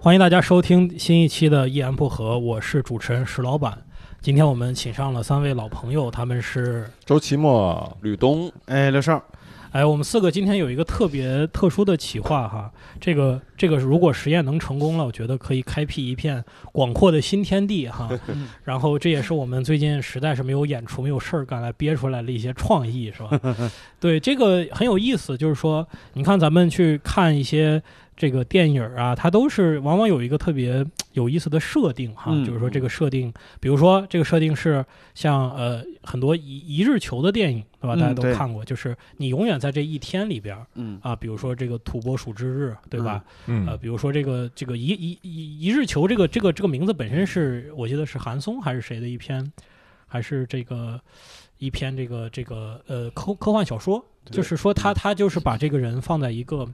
欢迎大家收听新一期的《一言不合》，我是主持人石老板。今天我们请上了三位老朋友，他们是周奇墨、吕东，哎，刘胜，哎，我们四个今天有一个特别特殊的企划哈，这个这个如果实验能成功了，我觉得可以开辟一片广阔的新天地 哈。嗯然后这也是我们最近实在是没有演出、没有事儿干来憋出来的一些创意是吧？ 对，这个很有意思，就是说，你看咱们去看一些。这个电影啊，它都是往往有一个特别有意思的设定哈，嗯就是说这个设定，比如说这个设定是像呃很多一一日球的电影，对吧？嗯大家都对看过，就是你永远在这一天里边儿嗯啊，比如说这个土拨鼠之日，对吧？呃，嗯，比如说这个这个一一一一日球这个这个这个名字本身是我记得是韩松还是谁的一篇，还是这个一篇这个这个呃科科幻小说，对嗯就是说他他就是把这个人放在一个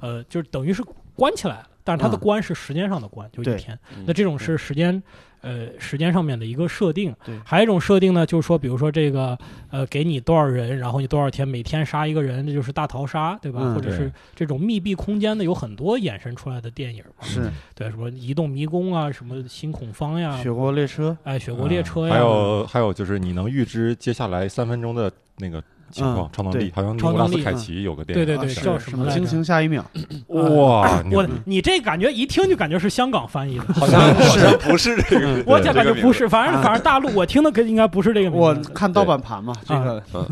呃就是等于是关起来了，但是他的嗯关是时间上的关，就一对天。嗯那这种是时间。呃，时间上面的一个设定对，还有一种设定呢，就是说，比如说这个，呃，给你多少人，然后你多少天，每天杀一个人，这就是大逃杀，对吧？嗯或者对是这种密闭空间的有很多衍生出来的电影嘛，是对，什么移动迷宫啊，什么新恐方呀，雪国列车，哎，雪国列车呀，嗯还呃有还有就是你能预知接下来三分钟的那个情嗯况，超能力，好像尼古拉斯凯奇有个电对影，嗯对啊对，是叫什么来惊着？情下一秒，哇，牛啊我逼！你这感觉一听就感觉是香港翻译的，好像 好像不是这个，我这讲感个觉不名字是，反正反正大陆我听的跟应该不是这个我名字。看盗版盘嘛，这个嗯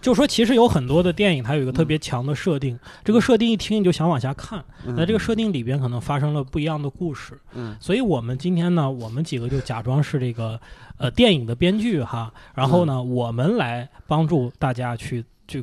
就说其实有很多的电影，它有一个特别强的设定，这嗯个设定一听你就想往下看。那这个设定里边可能发生了不一样的故事，嗯所以我们今天呢，我们几个就假装是这个呃电影的编剧哈，然后呢，嗯我们来帮助大家去去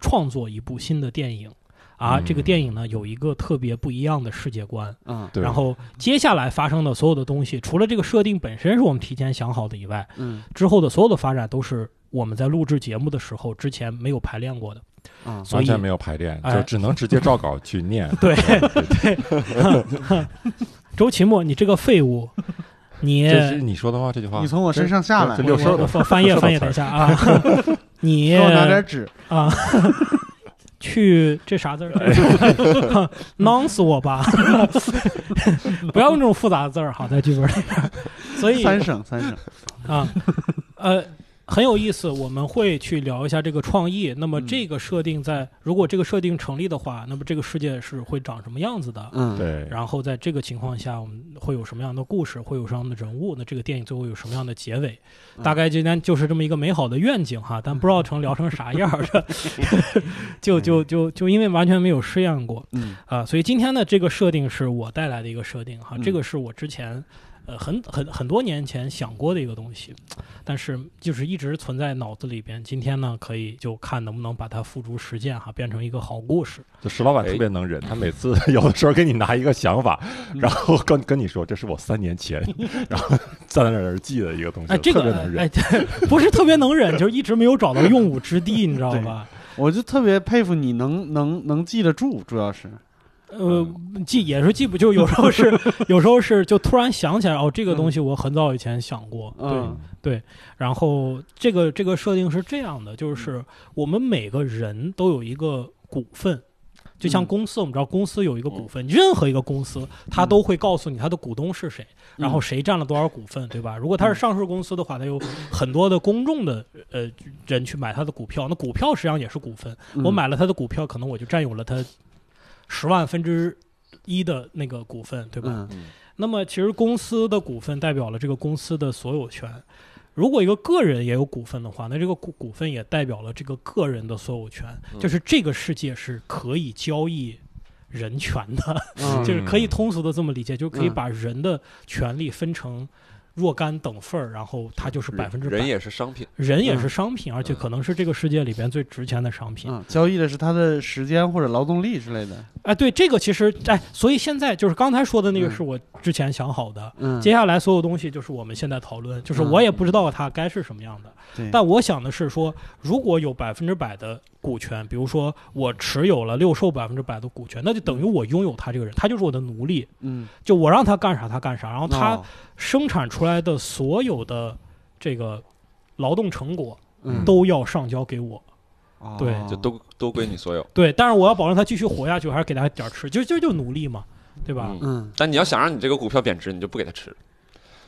创作一部新的电影啊。嗯这个电影呢有一个特别不一样的世界观，嗯对然后接下来发生的所有的东西，除了这个设定本身是我们提前想好的以外，嗯之后的所有的发展都是我们在录制节目的时候之前没有排练过的，啊，所完以全没有排练，哎就只能直接照稿去 念。 对对， 周奇墨，你这个废物，你这是你说的吗？这句话你从我身上下来这，六兽我的翻翻页翻页等一下啊， 你给我拿点纸，啊，去这啥字哎 儿？囊死我 吧！不要用这种复杂的字儿，好在剧本里边儿。所以三省三 省，啊，呃，很有意思，我们会去聊一下这个创意。那么嗯这个设定在，如果这个设定成立的话，那么这个世界是会长什么样子的？嗯，对，然后在这个情况下，我们会有什么样的故事，会有什么样的人物？那这个电影最后有什么样的结尾？嗯大概今天就是这么一个美好的愿景哈，但不知 道成聊成啥样儿，这就就就就因为完全没有试验过嗯啊，所以今天的这个设定是我带来的一个设定哈，嗯这个是我之前。呃，很很很多年前想过的一个东西，但是就是一直存在脑子里边。今天呢，可以就看能不能把它付诸实践哈，变成一个好故事。就石老板特别能哎忍，他每次 有的时候给你拿一个想法，嗯然后跟跟你说这是我三 年前，然后在那儿记的一个东西，哎，这个特别能忍。哎，对不是特别能忍，就是一直没有找到用武之地，你知道吧？我就特别佩服你能能能记得住，主要是，呃，嗯记也是记不，就有时候是有时候是就突然想起来，哦，嗯这个东西我很早以前想过，对。嗯然后这个这个设定是这样的，嗯就是我们每个人都有一个股份。就像嗯公司，我们知道公司有一个嗯股份，任何一个公司，它都会告诉你它的股东是谁，然嗯后谁占了多少股份，对吧？如果它是上市公司的话，它有很多的公众的呃人去买它的股票，那股票实际上也是股份，嗯我买了他的股票，可能我就占有了他十万分之一的那个股份，对吧？嗯那么其实公司的股份代表了这个公司的所有权。如果一个个人也有股份的话，那这个股股份也代表了这个个人的所有权，嗯就是这个世界是可以交易人权的，嗯就是可以通俗的这么理解，就是可以嗯把人的权利分成若干等份儿，然后它就是百分之百。人也是商品，人也嗯是商品，而且可能是这个世界里边最值钱的商品。嗯，交易的是他的时间或者劳动力之类的，哎，对，这个其实哎，所以现在就是刚才说的那个嗯是我之前想好的，嗯，接下来所有东西就是我们现在讨论，就是我也不知道它该是什么样的，对，但我想的是说，如果有百分之百的股权，比如说我持有了六兽百分之百的股权，那就等于我拥有他这个人，他就是我的奴隶，嗯，就我让他干啥他干啥，然后他哦生产出来的所有的这个劳动成果嗯都要上交给我，对哦嗯就都都归你所有。对，但是我要保证他继续活下去，我还是给他点儿吃，就就就奴隶嘛。对吧？嗯嗯但你要想让你这个股票贬值，你就不给他吃了。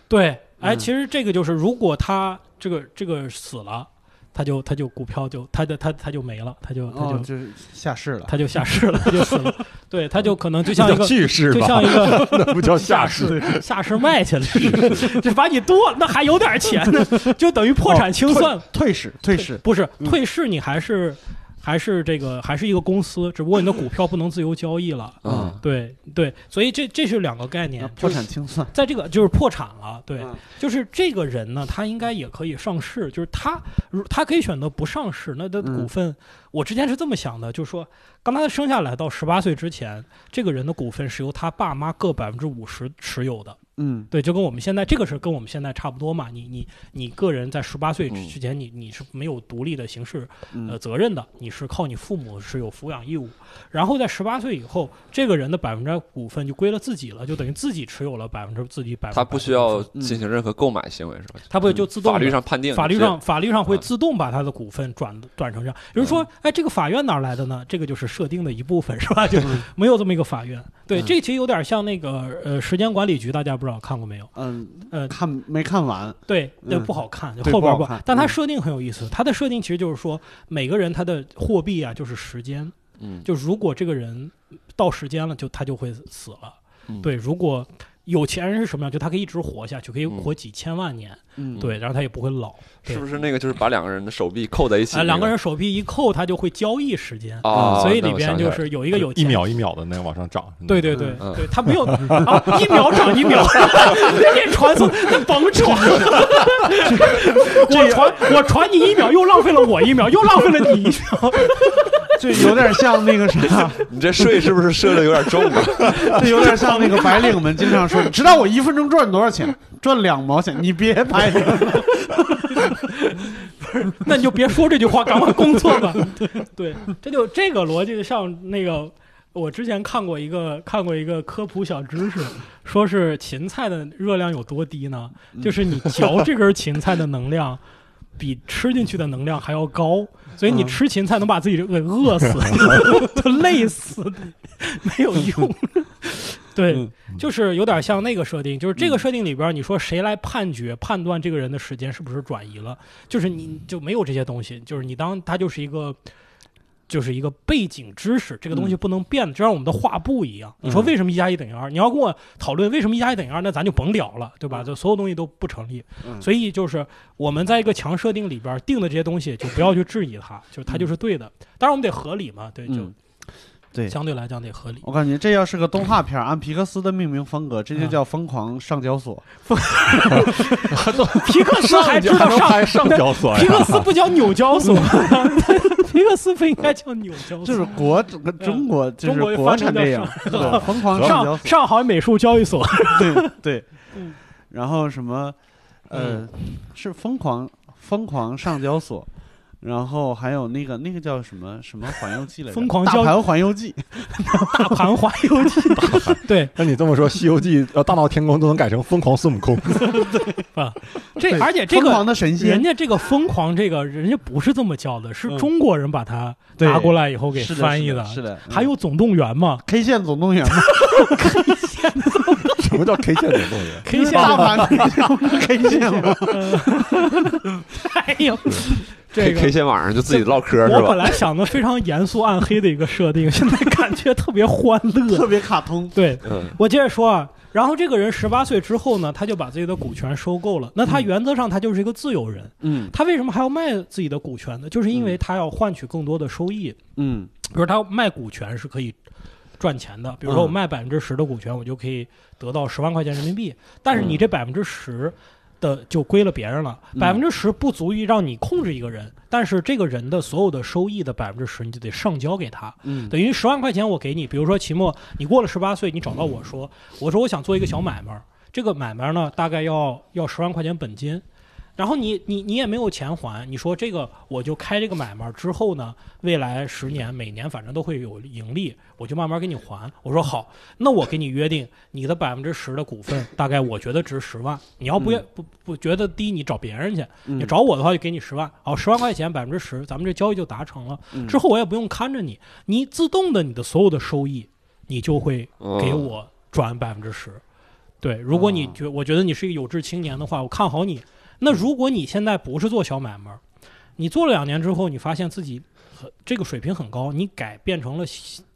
对，哎，嗯其实这个就是，如果他这个这个死了，他就他就股票就他的他他就没了，他就他就、哦，就是下市了。他就下市 了，他就死了。对，他就可能就像一嗯那叫个句式就吧，像一 个那不叫下市， 下市卖去了， 就把你剁，那还有点钱呢，就等于破产清算。退市，退市，不是退市，你还是还是这个还是一个公司，只不过你的股票不能自由交易了。嗯，对对，所以这这是两个概念啊，破产清算。在这个就是破产了，对嗯，就是这个人呢，他应该也可以上市，就是他如他可以选择不上市，那他的嗯股份，我之前是这么想的，就是说，刚他生下来到十八岁之前，这个人的股份是由他爸妈各百分之五十持有的，嗯对，就跟我们现在这个是跟我们现在差不多嘛，你你你个人在十八岁嗯之前，你你是没有独立的刑事呃嗯责任的，你是靠你父母是有抚养义务，然后在十八岁以后，这个人的百分之股份就归了自己了，就等于自己持有了百分之自己百分之他不需要百分之股份进行任何购买行为，是吧？他不就自动法律地上判定，法律上法律上会嗯自动把他的股份转转成这样。有人说，哎，这个法院哪来的呢？这个就是设定的一部分，是吧？就嗯没有这么一个法院。对，嗯这其实有点像那个呃时间管理局，大家不知道看过没有？嗯呃看没看完？对，那嗯不好看，就对后边不不好看但它嗯设定很有意思，它的设定其实就是说，每个人他的货币啊就是时间，嗯，就如果这个人到时间了，就他就会死了。嗯对，如果有钱人是什么样，就他可以一直活下去，可以嗯活几千万年，嗯，对，然后他也不会老。对是不是那个就是把两个人的手臂扣在一起啊，那个？两个人手臂一扣，它就会交易时间，啊，所以那里我边想起就来了是有一个有呃一钱。秒一秒的那样往上涨。对对对嗯对，它没有啊，一秒涨一秒， 这传送那 甭传，我传我传你一秒，又浪费了我一秒，又浪费了你一秒，这有点像那 个啥，你这税是不是设的有点重啊？这有点像那个白领们经常说，你知道我一分钟赚多少钱？赚两毛钱，你别拍了。 那你就别说这句话，赶快工作 吧。对，这就这个逻辑，就像那个我之前看过一个看过一个科普小知识，说是芹菜的热量有多低呢？嗯就是你嚼这根芹菜的能量。比吃进去的能量还要高，所以你嗯吃芹菜能把自己给饿 死， 都累死的，没有用。 对嗯，就是有点像那个设定，就是这个设定里边，你说谁来判决判断这个人的时间是不是转移了？就是嗯你就没有这些东西，就是你当它就是一个。就是一个背景知识，嗯这个东西不能变的，就像我们的画布一样。你说为什么一加一等于二？你要跟我讨论为什么一加一等于二，那咱就甭聊了，对吧？嗯就所有东西都不成立。嗯所以就是我们在一个强设定里边定的这些东西，就不要去质疑它，就是它就是对的。当然我们得合理嘛，对，就嗯对相对来讲得合 理。我感觉这要是个动画片儿，按皮克斯的命名风格，嗯这就叫疯狂上交所。皮克斯还知道能上拍上交所皮呀？克斯不叫纽交所， 皮克斯不应该叫纽交就是所。国整个中国就嗯中国是也国发展产到电影上，对疯狂上交上所，上海美术交易所，对对 嗯，然后什么呃是疯狂疯狂上交所。然后还有那个那个叫什么什么环游记来着？疯狂大交盘环游记，大盘环游记， 对 那你这么说，《西游记》呃，《大闹天宫》都能改成《疯狂孙悟空》啊，这对而且这疯狂个的神人仙，家这个疯狂，这个人家不是这么叫的，是嗯中国人把它对拿过来以后给是的翻译是的是的，嗯还有总动员嘛 K 线总动员嘛，什么叫 K 线联动员？ ？K 线大盘 K 线嘛， 哎呦，嗯这 K 个 K 线晚上就自己唠嗑我是本吧？来想的非常严肃暗黑的一个设定，现在感觉特别欢乐特。别卡通。对嗯，我接着说啊，然后这个人十八岁之后呢，他就把自己的股权收购了。那他原则上他就是一个自由人，嗯他为什么还要卖自己的股权呢？就是因为他要换取更多的收益。嗯比如他卖股权是可以赚钱的，比如说嗯我卖百分之十的股权，我就可以得到十万块钱人民币。但是你这百分之十的就归了别人了，嗯百分之十不足以让你控制一个人，但是这个人的所有的收益的百分之十你就得上交给他。嗯，等于十万块钱我给你，比如说期末你过了十八岁，你找到嗯我说，我说我想做一个小买卖儿，这个买卖儿呢大概要要十万块钱本金，然后你你你也没有钱还，你说这个我就开这个买卖儿之后呢，未来十年每年反正都会有盈利，我就慢慢给你还。我说好，那我给你约定你的百分之十的股份，大概我觉得值十万，你要不愿、不不觉得低，你找别人去，嗯你找我的话就给你十万，好，十万块钱百分之十，咱们这交易就达成了。嗯之后我也不用看着你，你自动的你的所有的收益，你就会嗯给我转百分之十。对，如果你哦觉我觉得你是一个有志青年的话，我看好你。那如果你现在不是做小买卖儿，你做了两年之后，你发现自己很这个水平很高，你改变成了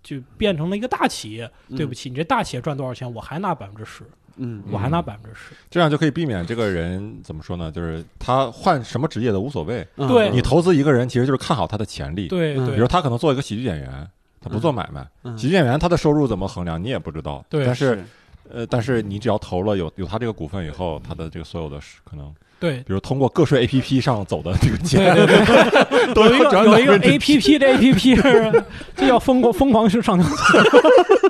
就变成了一个大企业，对不起，起，你这大企业赚多少钱，我还拿百分之十，嗯我还拿百分之十。 这样就可以避免这个人怎么说呢？就是他换什么职业都无所谓。嗯对你投资一个人，其实就是看好他的潜力。，对嗯比如对他可能做一个喜剧演员，他不做买卖。嗯喜剧演员他的收入怎么衡量，你也不知道。对但是呃，但是你只要投了有有他这个股份以后，他的这个所有的是可能，对。比如通过个税 APP 上走的这个钱，对对 都有一个转有一个百分之 A P P，这 A P P 这叫疯狂疯狂式上交所。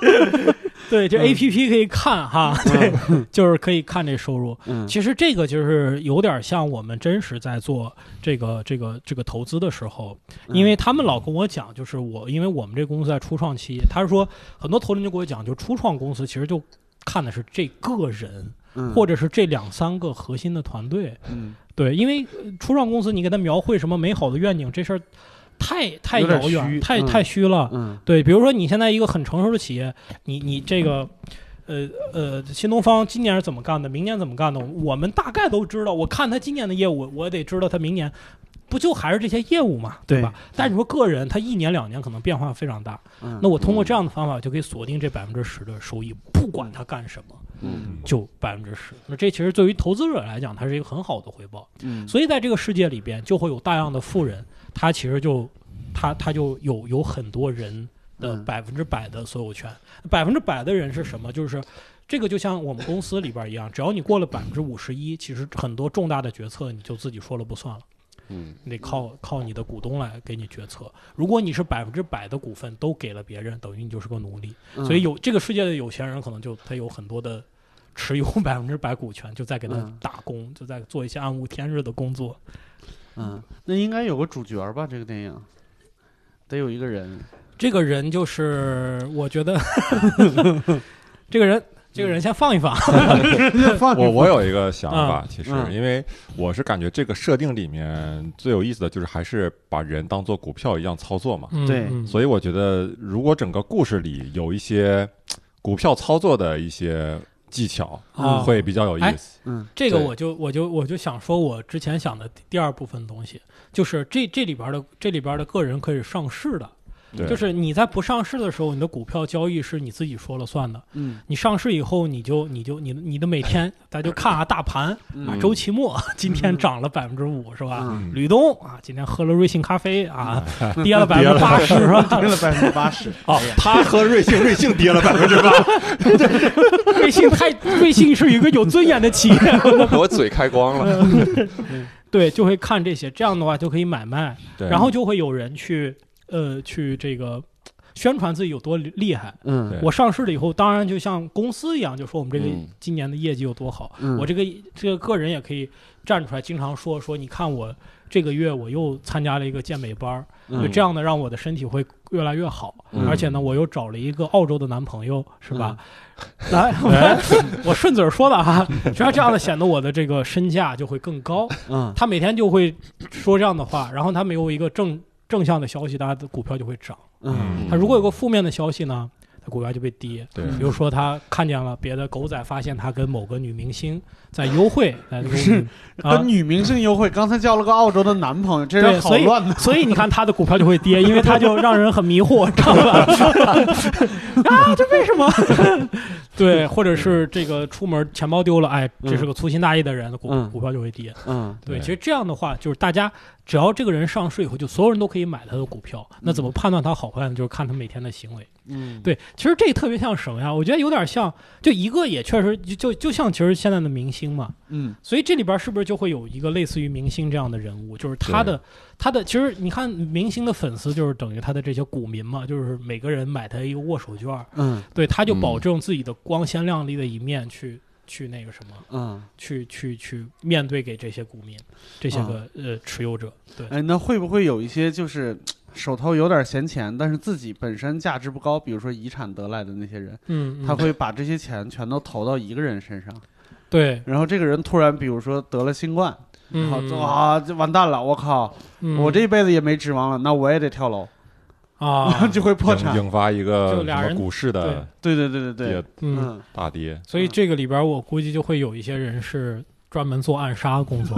对，这嗯 A P P 可以看哈， 对，就是可以看这收入。嗯其实这个就是有点像我们真实在做这个这个这个投资的时候，因为他们老跟我讲，就是我因为我们这公司在初创期，他是说很多投资人就跟我讲，就初创公司其实就看的是这个人，或者者是这两三个核心的团队。嗯对，因为呃初创公司你给他描绘什么美好的愿景，这事儿太太有点遥远，虚太嗯太虚了。嗯对，比如说你现在一个很成熟的企业，你你这个，呃呃，新东方今年是怎么干的，明年怎么干的，我们大概都知道。我看他今年的业务，我得知道他明年，不就还是这些业务嘛，对对吧？但是你说个人，他一年两年可能变化非常大，嗯，那我通过这样的方法就可以锁定这百分之十的收益，不管他干什么，嗯，就百分之十。那这其实对于投资者来讲，它是一个很好的回报。嗯所以在这个世界里边，就会有大量的富人，他其实就他他就有有很多人的嗯百分之百的所有权。百分之百的人是什么？就是这个就像我们公司里边一样，只要你过了百分之五十一，其实很多重大的决策你就自己说了不算了。嗯，你得靠靠你的股东来给你决策。如果你是百分之百的股份都给了别人，等于你就是个奴隶。嗯所以有这个世界的有钱人，可能就他有很多的持有百分之百股权，就在给他嗯打工，就在做一些暗无天日的工作。嗯，那应该有个主角儿吧？这个电影得有一 个人，这个人就是，我觉得这个人，这个人先放一放。放 我我有一个想嗯法，其实因为我是感觉这个设定里面最有意思的就是还是把人当做股票一样操作嘛，嗯对嗯所以我觉得如果整个故事里有一些嘖股票操作的一些技巧，啊会比较有意思。嗯这个对我就我就我就想说，我之前想的第二部分东西，就是这这里边的这里边的个人可以上市的，对，哎就是你在不上市的时候，你的股票交易是你自己说了算的。嗯你上市以后，你就你就你你的每天，咱就看啊大盘啊，周期末今天涨了百分之五 是吧？嗯，吕东啊，今天喝了瑞幸咖啡啊，跌了百分之八十是吧？ 了百分之八十，哦，他和瑞幸，瑞幸跌了百分之八， 瑞幸太瑞幸是一个有尊严的企业，嗯我嘴开光了， 对，就会看这些，这样的话就可以买卖，对然后就会有人去呃去这个宣传自己有多厉厉害。嗯对我上市了以后，当然就像公司一样，就说我们这个嗯今年的业绩有多好。嗯我这个这个个人也可以站出来，经常说说，你看我这个月我又参加了一个健美班儿，嗯就这样呢，让我的身体会越来越好。嗯而且呢，我又找了一个澳洲的男朋友，是吧？嗯来， 我我顺嘴儿说的哈，只要这样呢，显得我的这个身价就会更高。嗯他每天就会说这样的话，然后他没有一个正正向的消息，大家的股票就会涨。嗯他如果有个负面的消息呢，他股票就被跌。对比如说他看见了别的狗仔，发现他跟某个女明星在幽 会，哎嗯就是啊跟。女明星优惠，刚才交了个澳洲的男朋友，这对，人好所以乱呐。所以你看他的股票就会跌，因为他就让人很迷惑，知道吧？ 啊，这为什么？对，或者是这个出门钱包丢了，哎，这是个粗心大意的人，股嗯股票就会跌。嗯对，对其实这样的话，就是大家只要这个人上市以后，就所有人都可以买他的股票。那怎么判断他好坏呢？就是看他每天的行为。嗯，对，其实这特别像什么呀？我觉得有点像，就一个也确实就就就像其实现在的明星嘛。嗯所以这里边是不是就会有一个类似于明星这样的人物？就是他的他的，其实你看明星的粉丝就是等于他的这些股民嘛，就是每个人买他一个握手券儿，嗯对，他就保嗯证自己的光鲜亮丽的一面去去那个什么。嗯，去去去面对给这些股民、这些个、呃持有者。对，哎，那会不会有一些就是手头有点闲钱，但是自己本身价值不高，比如说遗产得来的那些人，嗯他会把这些钱全都投到一个人身上，对，然后这个人突然比如说得了新冠，然后嗯啊，这完蛋了，我靠，嗯我这辈子也没指望了，那我也得跳楼。然啊后， 就会破引产。引发一个就什俩么人股市的对对对对跌对，嗯，嗯，大跌，所以这个里边我估计就会有一些人是专门做暗杀工作，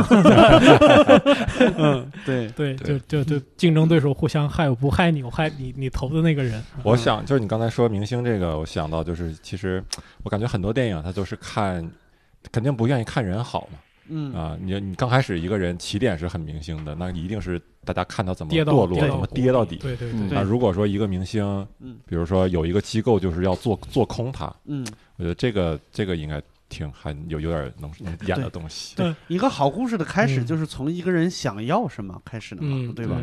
嗯， 对，对，对就就就竞争对手互相害，我不害你，我害你，你投的那个人，我想，就是你刚才说明星这个，我想到就是，其实我感觉很多电影它就是看，肯定不愿意看人好嘛。嗯，啊，你你刚开始一个人起点是很明星的，那一定是大家看他怎么跌到堕落，跌怎到么谷跌到底底。对对嗯对，那如果说一个明星，嗯比如说有一个机构就是要做做空他，嗯，我觉得这个这个应该挺还有有点能能演的东西。对一个好故事的开始嗯就是从一个人想要什么开始的嘛，嗯对吧？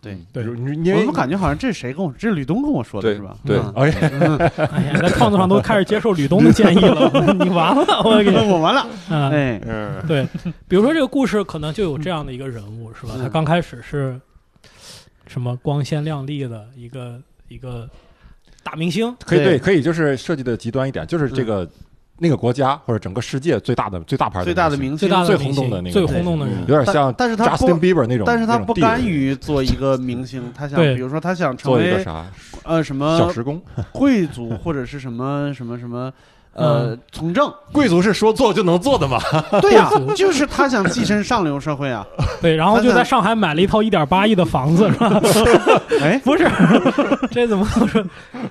对对如你因我为怎么感觉好像这是谁跟我，这是吕东跟我说的对是吧？对嗯哎呀，哎呀，在创作上都开始接受吕东的建议 了，你完了，我给你 我完了，啊，哎，嗯，对，比如说这个故事可能就有这样的一个人物，是吧？嗯他刚开始是什么光鲜亮丽的一个一个大明星，可以对对，可以就是设计的极端一点，就是这个那个国家或者整个世界最大的最大牌哎最大的明明最星，大的最明轰星动的那个最人轰动的嗯人星，，有点但像但是他不 Justin Bieber 那种，但是他那种不地位甘于做一个明星，他想，对比如说他想成做一个为啥呃什小么时工，贵族或者是什么什么什么。呃，嗯从政，贵族是说做就能做的嘛？对呀、贵族就是他想跻身上流社 会啊。对，然后他就在想上海买了一套一点八亿的房子，是吧？ 哎，不是，这怎么说？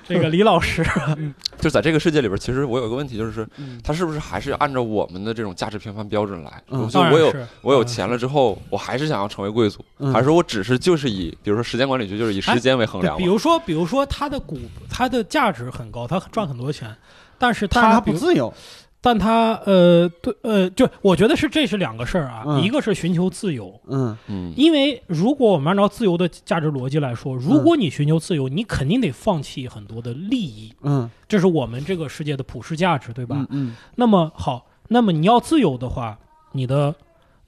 这个李老师，嗯就在这个世界里边，其实我有一个问题，就是嗯他是不是还是按照我们的这种价值评判标准来？嗯我就当然我有是我有嗯钱了之后，我还是想要成为贵族，嗯还是说我只是就是以，比如说时间管理局就是以时间为衡对量哎比嘛？如说，比如说他的股，他的价值很高，他赚很多钱，但是但是他比不如自由，但他呃，对呃，就我觉得是这是两个事儿啊，嗯一个是寻求自由。嗯嗯，因为如果我们按照自由的价值逻辑来说，如果你寻求自由，你肯定得放弃很多的利益，嗯这是我们这个世界的普世价值，对吧？嗯嗯那么好，那么你要自由的话，你的、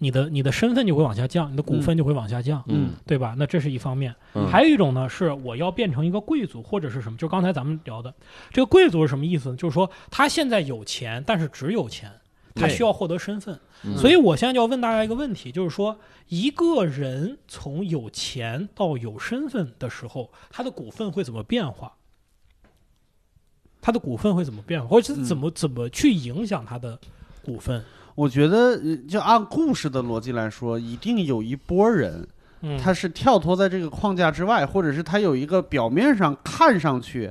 你的、你的身份就会往下降，你的股份就会往下降，嗯对吧？那这是一方面。嗯还有一种呢，是我要变成一个贵族或者是什么，就刚才咱们聊的这个贵族是什么意思呢？就是说他现在有钱，但是只有钱，他对需要获得身份。嗯所以我现在就要问大家一个问题，就是说一个人从有钱到有身份的时候，他的股份会怎么变化？他的股份会怎么变化，或者嗯是怎么、怎么去影响他的股份？我觉得呃就按故事的逻辑来说，一定有一波人，嗯，他是跳脱在这个框架之外，或者是他有一个表面上看上去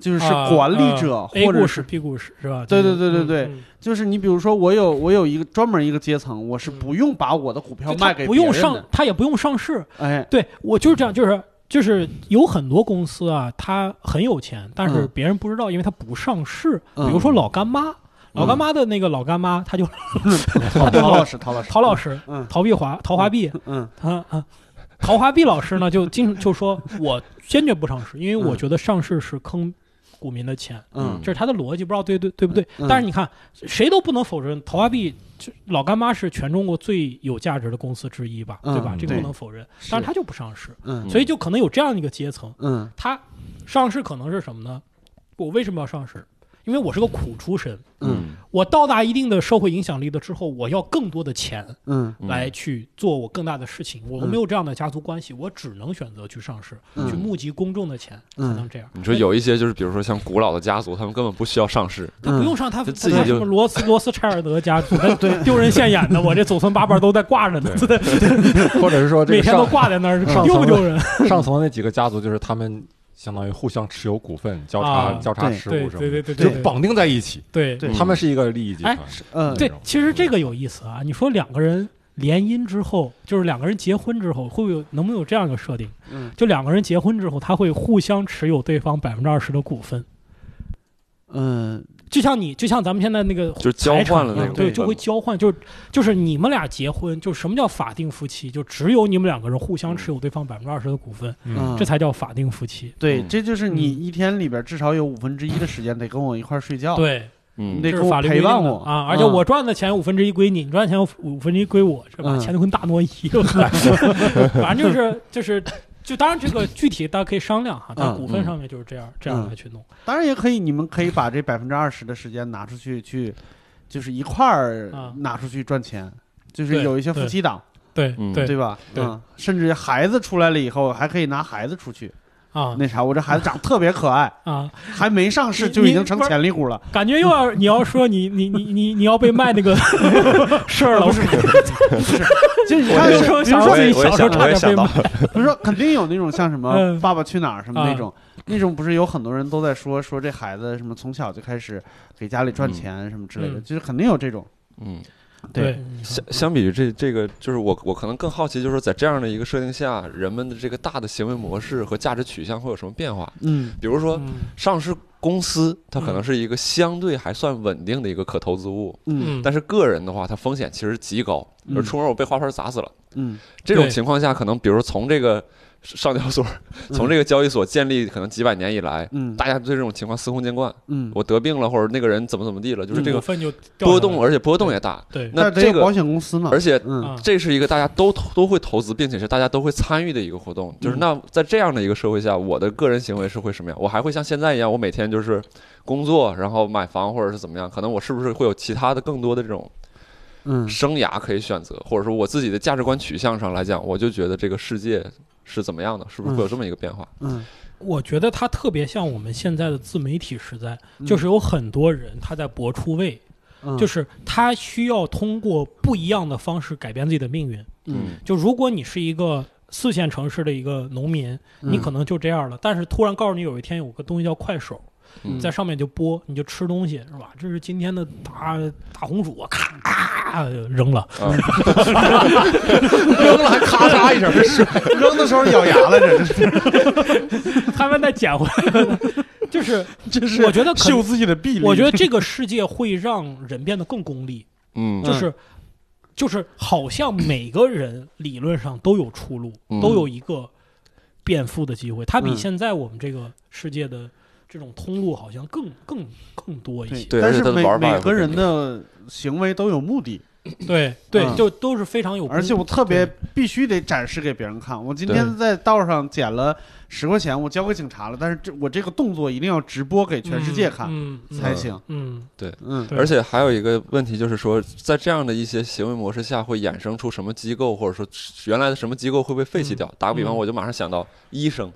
就是啊管理者，啊 A 或者故事、是 B 故事是吧？对对对对对嗯，嗯就是你比如说我有我有一个专门一个阶层，我是嗯不用把我的股票就他卖给不用别人的上，，他也不用上市。哎，对我就是这样，就是就是有很多公司啊，他很有钱，但是嗯别人不知道，因为他不上市。嗯比如说老干妈，老干妈的那个老干妈，他就 陶陶老师，陶老师，陶老师，嗯陶碧华，陶华碧，嗯啊啊，陶华碧老师呢，就经就说，我坚决不上市，因为我嗯觉得上市是坑股民的钱，嗯这是他的逻辑，不知道对对对不对嗯。但是你看，谁都不能否认，陶华碧这老干妈是全中国最有价值的公司之一吧，嗯对吧？这个对不能否认，但是他就不上市，嗯所以就可能有这样一个阶层，嗯他上市可能是什么呢？我为什么要上市？因为我是个苦出身，嗯我到达一定的社会影响力了之后，我要更多的钱，嗯嗯来去做我更大的事情。我嗯没有这样的家族关系，我只能选择去上市，嗯去募集公众的钱，才嗯能这样。你说有一些就是比如说像古老的家族，他们根本不需要上市，他不用上他嗯就他自己他什就么罗斯罗斯柴尔德家族，他丢人现眼的，我这祖孙八辈都在挂着呢， 或者是说这每个天都上挂在那儿，上丢不丢人？ 上层的那几个家族，就是他们相当于互相持有股份，交叉啊交叉对持对股什对么的，对对就对绑定在一起。对对嗯他们是一个利益集团哎，嗯对，其实这个有意思啊。你说两个人联姻之后，就是两个人结婚之后，会不会有能不能有这样一个设定？嗯就两个人结婚之后，他会互相持有对方百分之二十的股份。嗯就像你，就像咱们现在那个就是交换了财产一那样啊种对，对就会交换，就是就是你们俩结婚，就什么叫法定夫妻？就只有你们两个人互嗯相持有对方百分之二十的股份，嗯，这才叫法定夫妻。对，嗯这就是你嗯一天里边至少有五分之一的时间得跟我一块儿睡觉，对，嗯你这得是给我法律陪伴规定的我啊！而且我赚的钱五分之一归你，你赚的钱五分之一归我，这把嗯钱就跟大挪移了。 反正就是就是。就当然，这个具体大家可以商量哈，但嗯股份上面就是这样，这样来去弄。当然也可以，你们可以把这百分之二十的时间拿出去去，就是一块儿啊拿出去赚钱，就对是有一些夫妻档，对嗯对对吧？对嗯，甚至孩子出来了以后，还可以拿孩子出去，啊那啥，我这孩子长得特别可爱，啊，还没上市就已经成潜力 股了。感觉又要你要说你你你你你要被卖那 个事儿了，不我是，不是，就你我看有是，时候比如想说说我自也己我也小时候想差我也点想被到卖，比如说肯定有那种像什么嗯《爸爸去哪儿》什么啊那种，那种不是有很多人都在说说这孩子什么从小就开始给家里赚钱什么之类的，嗯就是肯定有这种。嗯，对，嗯相相比于这这个，就是我我可能更好奇，就是说在这样的一个设定下，人们的这个大的行为模式和价值取向会有什么变化？嗯比如说嗯上市公司，它可能嗯是一个相对还算稳定的一个可投资物，嗯嗯，但是个人的话，它风险其实极高，比如嗯出门我被花盆砸死了。嗯这种对情况下，可能比如从这个 上交所，从这个交易所建立可能几百年以来，嗯大家对这种情况司空见惯。嗯，我得病了，或者那个人怎么怎么地了，就是这股个份就掉波下来动，了而且波动也大。对那但得有这个保险公司呢，而且嗯啊这是一个大家都投都会投资，并且是大家都会参与的一个活动。就是嗯那在这样的一个社会下，我的个人行为是会什么样？我还会像现在一样，我每天就是工作，然后买房或者是怎么样？可能我是不是会有其他的更多的这种嗯生涯可以选择，或者说我自己的价值观取向上来讲，我就觉得这个世界是怎么样的？是不是会有这么一个变化？嗯，我觉得它特别像我们现在的自媒体时代，嗯就是有很多人他在搏出位，嗯就是他需要通过不一样的方式改变自己的命运。嗯，就如果你是一个四线城市的一个农民，嗯你可能就这样了，但是突然告诉你有一天有个东西叫快手，嗯在上面就播，你就吃东西是吧？这是今天的大大红薯，咔咔扔了， 啊，嗯扔了还咔 嚓一声，这是扔的时候咬牙了，这是他们再捡回来， 就是这我觉得可秀自己的臂力。我觉得这个世界会让人变得更功利，嗯，就嗯是就是好像每个人理论上都有出路，嗯都有一个变富的机会。它比嗯现在我们这个世界的这种通路好像更更更多一些。对但而且是他的每玩法也每会个变人的行为都有目的，对对嗯就都是非常有功，而且我特别必须得展示给别人看。我今天在道上捡了十块钱，我交给警察了，但是这我这个动作一定要直播给全世界看嗯嗯才行。嗯嗯对而且还有一个问题就是说，在这样的一些行为模式下，会衍生出什么机构，或者说原来的什么机构会被废弃掉？打个比方，嗯我就马上想到医生，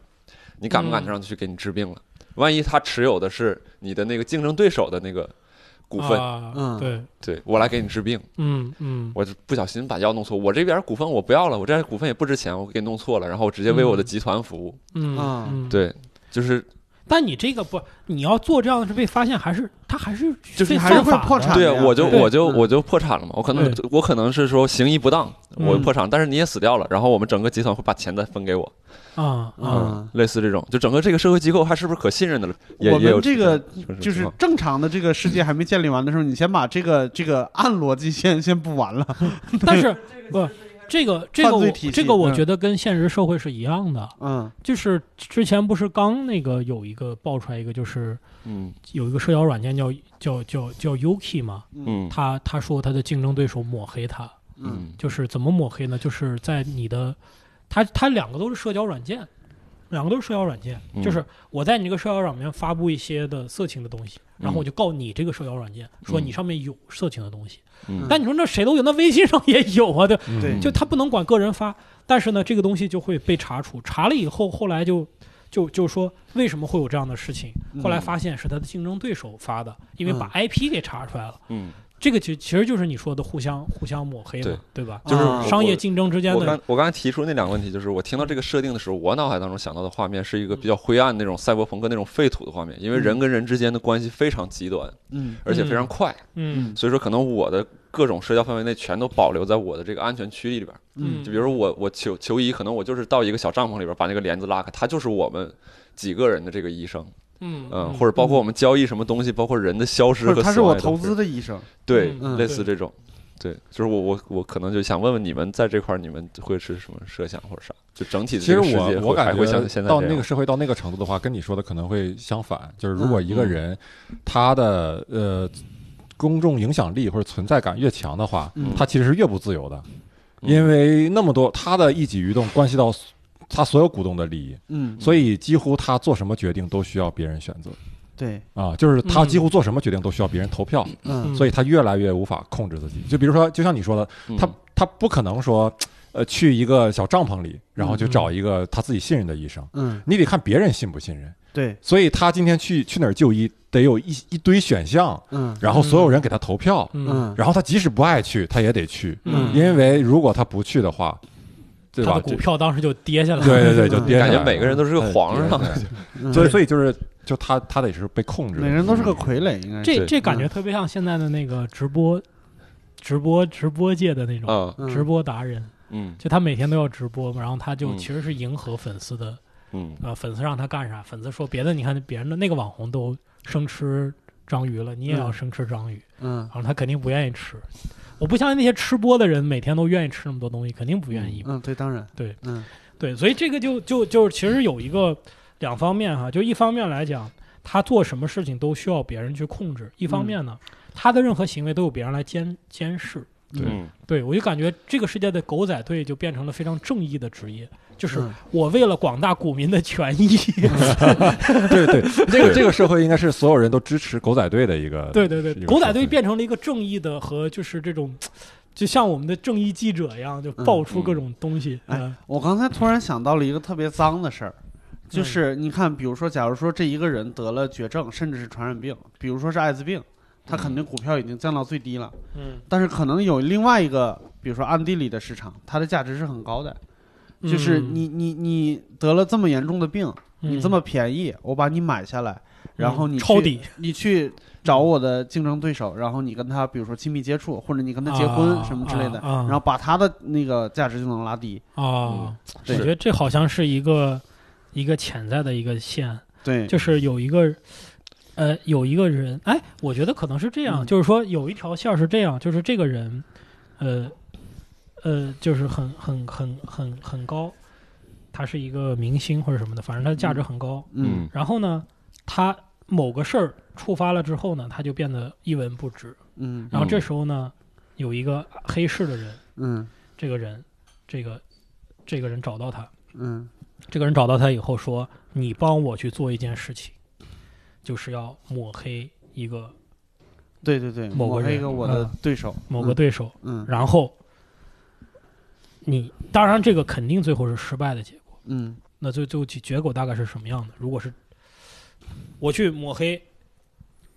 你敢不敢嗯让他去给你治病了？万一他持有的是你的那个竞争对手的那个股份，啊嗯对，对我来给你治病，嗯嗯我就不小心把药弄错，我这边股份我不要了，我这边股份也不值钱，我给弄错了，然后我直接为我的嗯集团服务。嗯啊嗯。对，就是但你这个不，你要做这样的事被发现，还是他还是就是非还是犯会法破的产对啊的呀我就对我就嗯我就破产了嘛，我可能我可能是说行医不当，我嗯破产，但是你也死掉了，然后我们整个集团会把钱再分给我，啊啊！嗯，类似这种，就整个这个社会机构还是不是可信任的了？也我也有们这个种就情是况正常的这个世界还没建立完的时候，你先把这个这个按逻辑先先不完了。但是不，这个这个犯罪我体系这个我嗯觉得跟现实社会是一样的，嗯就是之前不是刚那个有一个爆出来一个，就是嗯有一个社交软件叫叫叫叫 Yuki 嘛，嗯他他说他的竞争对手抹黑他，嗯嗯就是怎么抹黑呢？就是在你的，他他两个都是社交软件，两个都是社交软件，嗯就是我在你这个社交软件发布一些的色情的东西，然后我就告你这个社交软件，说你上面有色情的东西。嗯但你说那谁都有，那微信上也有啊，对吧，嗯对就他不能管个人发，但是呢，这个东西就会被查处，查了以后，后来就。就就说为什么会有这样的事情？嗯后来发现是他的竞争对手发的，因为把 IP 给查出来了。嗯，这个其其实就是你说的互相互相抹黑嘛，对吧？就是啊我商业。竞争之间我的刚我刚才提出那两个问题，就是我听到这个设定的时候，我脑海当中想到的画面是一个嗯比较灰暗那种赛博朋克那种废土的画面，因为人跟人之间的关系非常极端，嗯而且非常快，嗯所以说可能我的各种社交范围内全都保留在我的这个安全区里边。嗯，就比如说我我求求医，可能我就是到一个小帐篷里边把那个帘子拉开，他就是我们几个人的这个医生，嗯嗯，或者包括我们交易什么东西，包括人的消失或者和他死是亡我也都投资，的医生，对，嗯类似这种，对，就是我我我可能就想问问你们在这块儿你们会是什么设想或者啥？就整体的其这实个世我界我会还感觉会像现在到这那样个社会到那个程度的话，跟你说的可能会相反。就是如嗯果一个人他的呃公众影响力或者存在感越强的话嗯，他其实是越不自由的，嗯因为那么多他的一举一动关系到他所有股东的利益，嗯，所以几乎他做什么决定都需要别人选择对，啊，就是他嗯几乎做什么决定都需要别人投票，嗯嗯所以他越来越无法控制自己。就比如说，就像你说的，嗯他他不可能说呃，去一个小帐篷里，然后就找一个他自己信任的医生。嗯，你得看别人信不信任，对，所以他今天去去哪儿就医，得有一一堆选项，嗯然后所有人给他投票，嗯嗯，然后他即使不爱去，他也得去，嗯因为如果他不去的话，对他吧的？股票当时就跌下来了。对对对，就嗯跌下感来了。觉每个人都是个皇上，对对嗯所以所以就是就他他得是被控制的，每人都是个傀儡，应 该是这这感觉嗯特别像现在的那个直播，直播直播界的那种啊，嗯直播达人，嗯就他每天都要直播嘛，然后他就嗯其实是迎合粉丝的，嗯，呃，粉丝让他干啥，粉丝说别的，你看别人的那个网红都生吃章鱼了，你也要嗯生吃章鱼，嗯然后他肯定不愿意吃。我不相信那些吃播的人每天都愿意吃那么多东西，肯定不愿意。嗯，对，当然对，嗯对，所以这个就就就是其实有一个两方面哈，就一方面来讲，他做什么事情都需要别人去控制；一方面呢，他的任何行为都有别人来监监视。对嗯对我就感觉这个世界的狗仔队就变成了非常正义的职业，就是嗯我为了广大股民的权 益，对 对，这个这个社会应该是所有人都支持狗仔队的一个，对对是对一，个狗仔队社会变成了一个正义的和就是这种，就像我们的正义记者一样，就爆出各种东西。嗯嗯我刚才突然想到了一个特别脏的事儿，就是你看，比如说，假如说这一个人得了绝症，甚至是传染病，比如说是艾滋病，他肯定股票已经降到最低了，嗯，但是可能有另外一个，比如说暗地里的市场，它的价值是很高的。嗯就是你你你得了这么严重的病，你这么便宜，我把你买下来，然后你嗯抄去底，你去找我的竞争对手，然后你跟他比如说亲密接触，或者你跟他结婚啊什么之类的，啊啊然后把他的那个价值就能拉低。啊，我对觉得这好像是一个一个潜在的一个线，对，就是有一个呃有一个人，哎，我觉得可能是这样，嗯就是说有一条线儿是这样，就是这个人，呃呃，就是很很很很很高，他是一个明星或者什么的，反正他的价值很高。嗯然后呢，他某个事儿触发了之后呢，他就变得一文不值。嗯然后这时候呢，有一个黑市的人，嗯这个人，这个这个人找到他。嗯这个人找到他以后说：“你帮我去做一件事情，就是要抹黑一个对对对，某个抹黑人一个我的嗯对手，某个对手，嗯然后你当然这个肯定最后是失败的结果。嗯那最最后结结果大概是什么样的？如果是我去抹黑，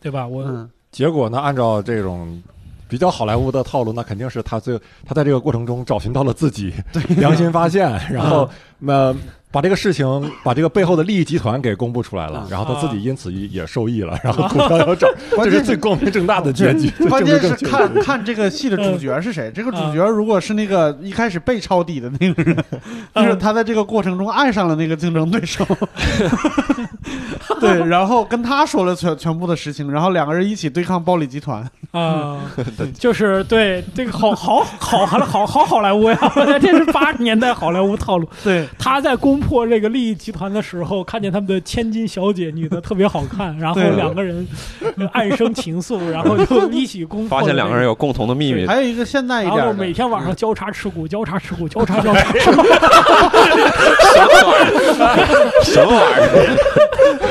对吧？我、 嗯结果呢，按照这种比较好莱坞的套路，那肯定是他最他在这个过程中找寻到了自己良心发现，嗯然后那、把这个事情把这个背后的利益集团给公布出来了嗯，然后他自己因此也受益了，然后股票又涨， 关这键是是最光明正大的结局。最 关键正是确的看看这个戏的主角是谁。这个主啊角如果是那个一开始被抄底的那个人， 嗯就是他在这个过程中爱上了那个竞争对手， 对，然后跟他说了全全部的实情，然后两个人一起对抗暴力集团。 啊，嗯 就是对这个好好好好好好好莱坞呀！ 我觉得这是八十年代好莱坞套路。对，他在攻破这个利益集团的时候，看见他们的千金小姐女的特别好看，然后对两个人呃暗生情愫，然后就一起攻破。发现两个人。有共同的秘密，还有一个现代一然点后的，每天晚上交叉持股，交叉持股，交叉 交叉。什么什么玩意儿？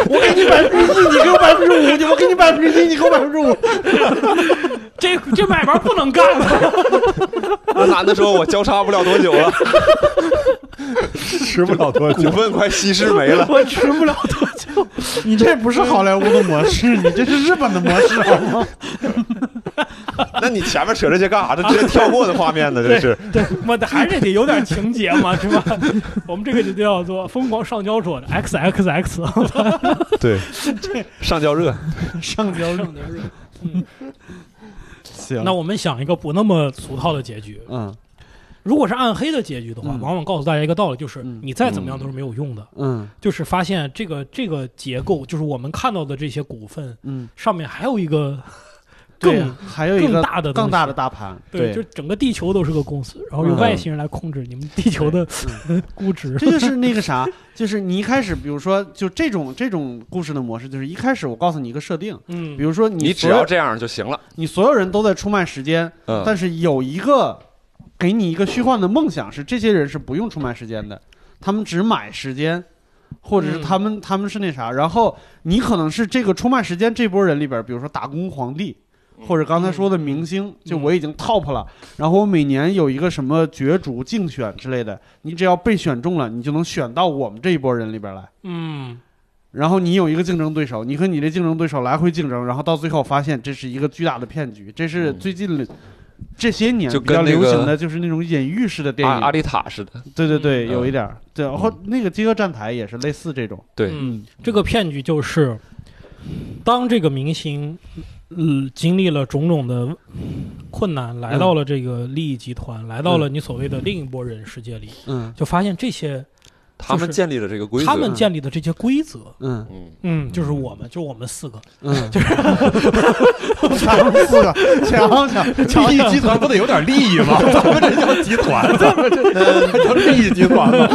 我给你百分之一，你给我百分之五，你我给你百分之一，你给我百分之五。这这买卖不能干了。那男的说：“我交叉不了多久了，吃不了多 股久，份快稀释没了。我吃不了多久。 你这不是好莱坞的模式，你这是日本的模式好吗？那你前面扯这些干啥？这直接跳过的画面呢？这是对，我还是得有点情节嘛，是吧？我们这个就叫做疯狂上交所的 X X X。对上交热，上交上交热。行，那我们想一个不那么俗套的结局。嗯如果是暗黑的结局的话，嗯往往告诉大家一个道理，就是嗯你再怎么样都是没有用的。嗯就是发现这个这个结构，就是我们看到的这些股份嗯，上面还有一个 对啊更还有一个更大的东西更大的大盘，对，就整个地球都是个公司，然后用嗯外星人来控制你们地球的 估值。这就是那个啥，就是你一开始，比如说，就这种这种故事的模式，就是一开始我告诉你一个设定，嗯比，如说你你只所有要这样就行了。你所有人都在出卖时间，嗯但是有一个给你一个虚幻的梦想，是这些人是不用出卖时间的，他们只买时间，或者是嗯他们、他们是那啥，然后你可能是这个出卖时间这波人里边，比如说打工皇帝，或者刚才说的明星，就我已经 top 了，然后我每年有一个什么角逐竞选之类的，你只要被选中了，你就能选到我们这一波人里边来。嗯，然后你有一个竞争对手，你和你的竞争对手来回竞争，然后到最后发现这是一个巨大的骗局。这是嗯最近的这些年就比较跟那流个行的，就是那种隐喻式的电阿影阿。丽塔似的，对对对，嗯有一点儿。对，然后那个《饥饿站台》也是类似这种。对，嗯，这个骗局就是，当这个明星，嗯、经历了种种的困难，来嗯到了这个利益集团，来到了你所谓的另一拨人世界里，嗯就发现这些他们建立了这个规则，他们建立的这些规则，嗯嗯，嗯，就是我们，就是我们四个，嗯， 就是他们四个强强利益集团不得有点利益吗？咱们这叫集团，啊咱们这还叫利益集团吗？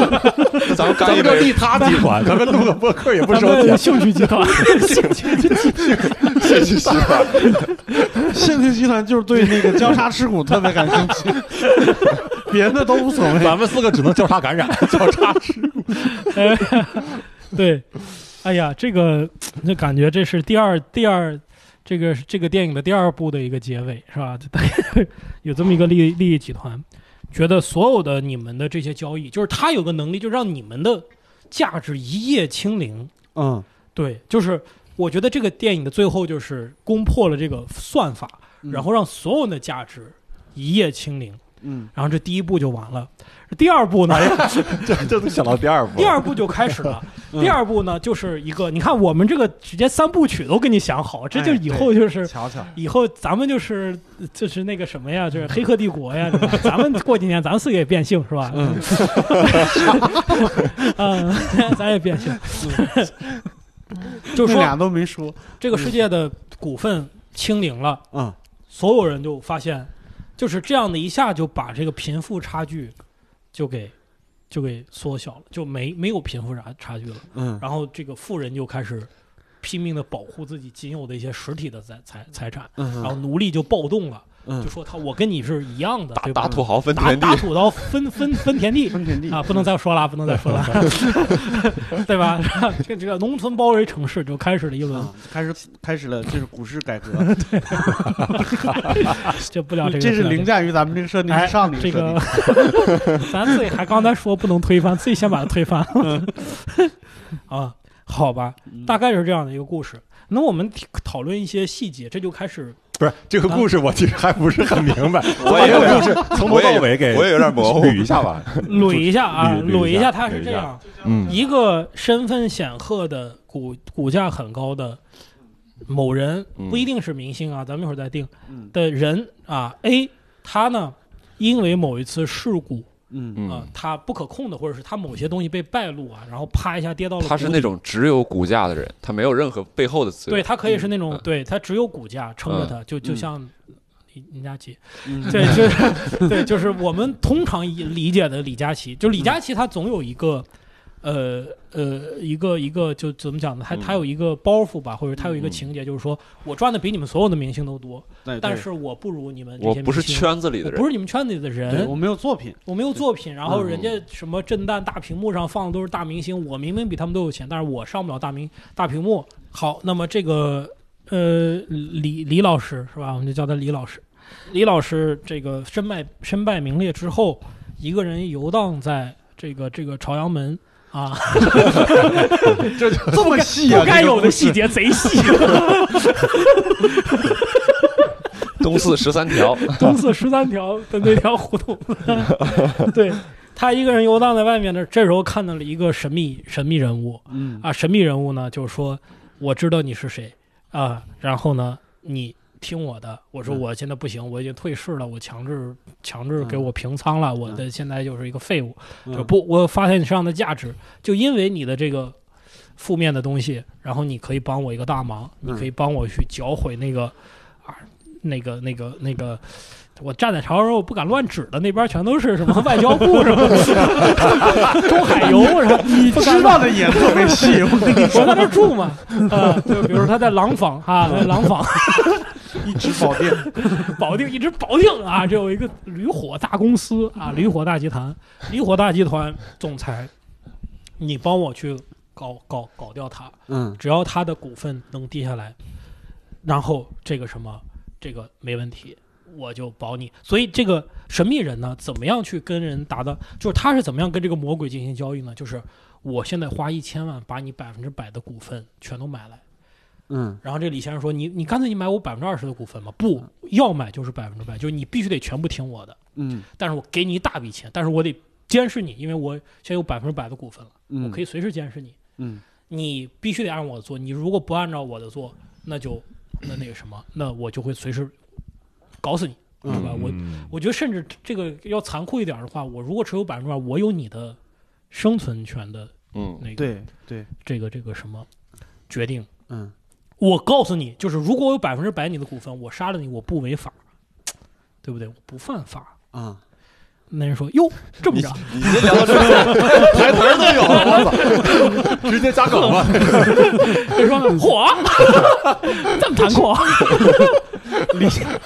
咱们咱呃干一们叫杯利他集团，咱们录个播客也不咱收们钱，兴趣集团， 这是 集团。现在集团就是对那个交叉持股特别感兴趣，别的都无所谓。咱们四个只能交叉 感染，交叉吃。对，哎呀，这个就感觉这是第二第二。这个这个电影的第二部的一个结尾是吧？就大概 有这么一个利利益集团，觉得所有的你们的这些交易，就是他有个能力，就让你们的价值一夜清零。嗯对，就是我觉得这个电影的最后就是攻破了这个算法，嗯然后让所有人的价值一夜清零。嗯然后这第一步就完了，第二步哎 呢？这这都想到第二步。第二步就开始了。嗯第二步呢，就是一个，你看我们这个直接三部曲都给你想好，这就哎以后就是。瞧瞧，以后咱们就是就是那个什么呀，就是《黑客帝国》呀，对 吧咱们过几年咱们四个也变性是吧？嗯 嗯， 咱也变性。就嗯 就是俩说都没说。这个世界的股份清零了，嗯所有人就发现，就是这样的一下就把这个贫富差距就给就给缩小了，就没没有贫富差差距了。嗯然后这个富人就开始拼命的保护自己仅有的一些实体的财财财产，然后嗯奴隶就暴动了，嗯就，说他我跟你是一样的，对吧打土豪分打田地打，土豪分分分田地。分田地啊，不能再说了，不能再说了， 对吧？这个这个农村包围城市就开始了一轮啊，开始开始了，就是股市改革，这不聊这个，这是不聊凌驾于咱们这个设定之上的这一设个定。， 咱自己还刚才说不能推翻，自己先把它推翻了嗯 啊，好吧，嗯大概是这样的一个故事。那我们讨论一些细节，这就开始不是这个故事，我其实还不是很明白。 我也这有个点故事从头我到也尾给 我也有点模糊，捋一下吧。捋一下啊，捋捋捋一下下，它捋是一这下样：嗯一个身份显赫的股股价很高的某人，嗯不一定是明星啊，咱们一会儿再定嗯的人啊，A，他呢，因为某一次事故嗯啊、嗯，他不可控的，或者是他某些东西被败露啊，然后啪一下跌到了，他是那。种只有骨架的人，他没有任何背后的资对源，他可以是那种，嗯对他只有骨架撑着他，就就嗯像李李佳琦，嗯对，就是 对，就是我们通常以理解的李佳琦，就李嗯佳琦他总有一个。呃呃，一个一个就怎么讲呢？他他嗯有一个包袱吧，或者他有一个嗯情节，就是说我赚的比你们所有的明星都多，对，但对是我不如你们这我些不是明星圈子里的我人，不是你们圈子里的对人我，没有作品，我没有作品，然后嗯人家什么震旦大屏幕上放的都是大明星，我明明比他们都有钱，但是我上不了大明大屏幕。好，那么这个呃李李老师是吧？我们就叫他李老师。李老师这个身败身败名裂之后，一个人游荡在这个这个朝阳门啊，这 就这么细啊，不该这个有的故事细节贼细，东四十三 条，东四十三条的那条胡同。 对他一个人游荡在外面呢，这时候看到了一个神秘神秘人物，嗯啊，神秘人物呢，就是说我知道你是谁啊，然后呢，你听我的。我说嗯我现在不行，我已经退市了，我强制强制给嗯我平仓了，我的现在就是一个废物。就嗯不，我发现你身上的价值，就因为你的这个负面的东西，然后你可以帮我一个大忙，嗯你可以帮我去搅毁那个啊，那个那个那个。我站在朝阳，我不敢乱指的，那边全都是什么外交部什么 中海油，然后你知道的也特别细， 我跟你我在说，那儿住嘛， 啊、就比如说他在廊坊啊，在廊坊 一直保定，保定一直保定啊，这有一个驴火大公司啊，驴火大集团，驴火大集团总裁，你帮我去搞搞搞掉他，嗯只要他的股份能低下来，然后这个什么。这个没问题，我就保你。所以这个神秘人呢，怎么样去跟人达到，就是他是怎么样跟这个魔鬼进行交易呢？就是我现在花一千万把你百分之百的股份全都买来。嗯，然后这李先生说：“你你干脆你买我百分之二十的股份吧，不要买就是百分之百，就是你必须得全部听我的。嗯，但是我给你一大笔钱，但是我得监视你，因为我现在有百分之百的股份了，嗯我可以，随时监视你。嗯你必须得按我的做，你如果不按照我的做，那就那那个什么，那我就会随时搞死你，对吧？我嗯我觉得甚至这个要残酷一点的话，我如果持有百分之百，我有你的生存权的嗯那个对对，这个这个什么决定。嗯我告诉你，就是如果我有百分之百你的股份，我杀了你，我不违法，对不对？我不犯法。啊，那人说：“哟，这么你着，你这聊到这儿，台词儿都有，我操，直接加梗了。人说火， 这么残酷。”啊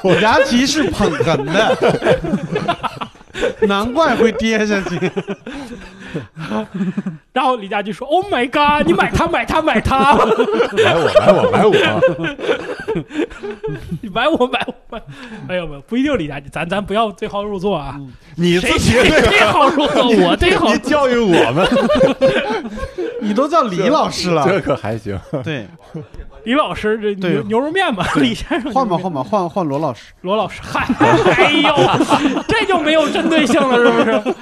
李佳琦是捧哏的， 难怪会跌下去。 然后李佳琦说：“Oh my god！你买它，买它，买它， 买我，买我，买我！你买我，买我，买！”哎呦，不一定李佳琦，咱咱不要对号入座啊！嗯你谁谁对号入座？我对号啊你教育我 们，你都叫李老师 了，这可还行。对，李老师这对啊牛牛肉面吧，李先生换吧牛肉面换吧换换罗老师，罗老师，嗨，哎 呦，这就没有针对性了，是不是？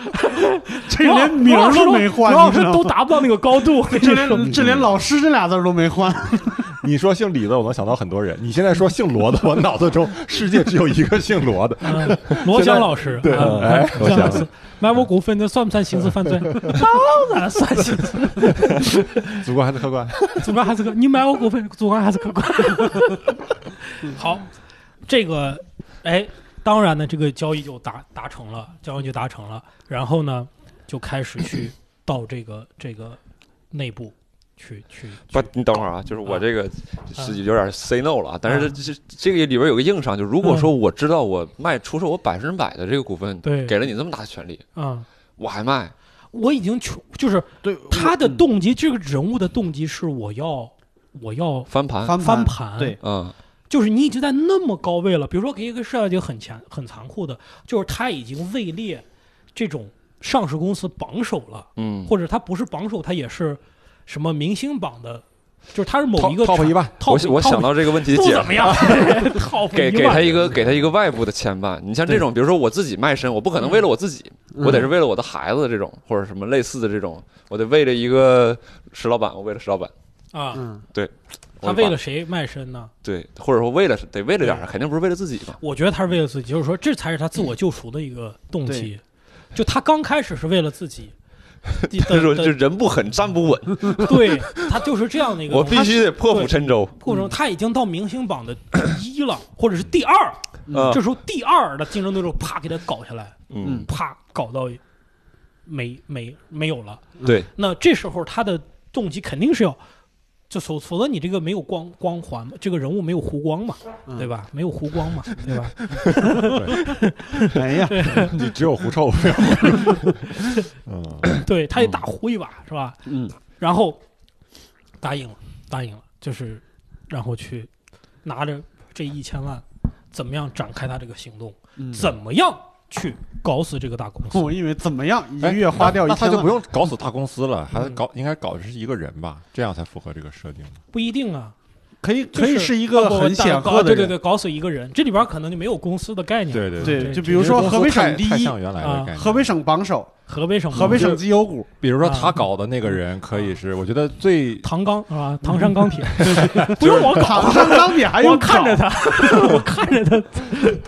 这连名罗儿老师都没换，罗老你知师道都吗？达不到那个高 度。这连这连老师这俩字儿都没换， 你说姓李的，我能想到很多人。你现在说姓 罗的，我脑子中世界只有一个姓罗的。嗯罗翔老师，对，啊嗯哎，我这样想子买我股份，这算不算刑事犯罪？当然算刑事。主观还是客观？ 主观还是客，你买我股份，主观还是客观。 好，这个，哎，当然呢，这个交易就达达成了，交易就达成了。然后呢，就开始去到这个这个内部去去不去，你等会儿啊，就是我这个是有点 say no 了啊，嗯但是啊这这这个里边有个硬伤，就如果说我知道我卖出售我百分之百的这个股份，对给了你这么大的权利，啊、我还卖，我已经穷，就是对他的嗯动机，这个人物的动机是我要我要翻盘，翻翻盘， 对，嗯就是你已经在那么高位了，比如说给一个设计很强、很残酷的，就是他已经位列这种上市公司榜首了。嗯，或者他不是榜首，他也是什么明星榜的，就是他是某一个 top 一万，top，我想我想到这个问题的不解怎么样 ，top 给一给万他一个给他一个外部的牵绊。你像这种，比如说我自己卖身，我不可能为了我自己，我得是为了我的孩子这种，或者什么类似的这种，我得为了一个石老板，我为了石老板，啊，嗯他我得把为了谁卖身呢？对，或者说为了得为了点儿，肯定不是为了自己嘛。我觉得他是为了自己，就是说这才是他自我救赎的一个动机。就他刚开始是为了自 己，的这种的就人不狠站不稳，对他就是这样的一个我东西。必须得嗯破釜沉舟。过程，他已经到明星榜的第一了，或者是第二，嗯这时候第二的竞争对手啪给他搞下来，嗯，啪搞到没没没有了。对，那这时候他的动机肯定是要，就否否则你这个没有光光环嘛，这个人物没有弧光嘛，嗯对吧？没有弧光嘛，对 吧？ 哎呀，你只有狐 臭。嗯，对，他得大胡一把是吧？嗯然后答应了，答应了，就是然后去拿着这一千万，怎么样展开他这个行动？嗯，怎么样去搞死这个大公司？ 我以为怎么样一哎个月花掉一那他千就不万，嗯用搞死大公司了，还搞应该搞的是一个人吧，这样才符合这个设定。不一定啊，可以就是可以是一个搞很显搞赫的对对人，对，搞死一个人，这里边可能就没有公司的概念。，对嗯对，对就比如说河北省第太一，像原来的啊概念。河北省榜首，河北省嘛河北省绩优股，比如说啊他搞的那个人，可以啊是我觉得最唐钢啊，唐山 钢铁，不用我搞，唐山钢嗯铁还我用看着他，他， 我看着 他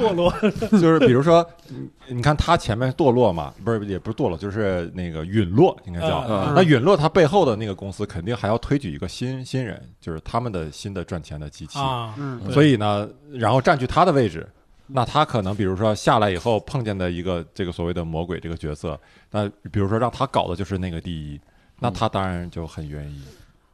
堕落。 就是比如说，嗯你看他前面堕落嘛，不是也不是堕落，就是那个陨落，应该叫。嗯那陨落，他背后的那个公司肯定还要推举一个新新人，就是他们的新的赚钱的机器。啊，嗯对所以呢，然后占据他的位置，那他可能比如说下来以后碰见的一个这个所谓的魔鬼这个角色，那比如说让他搞的就是那个第一，那他当然就很愿意。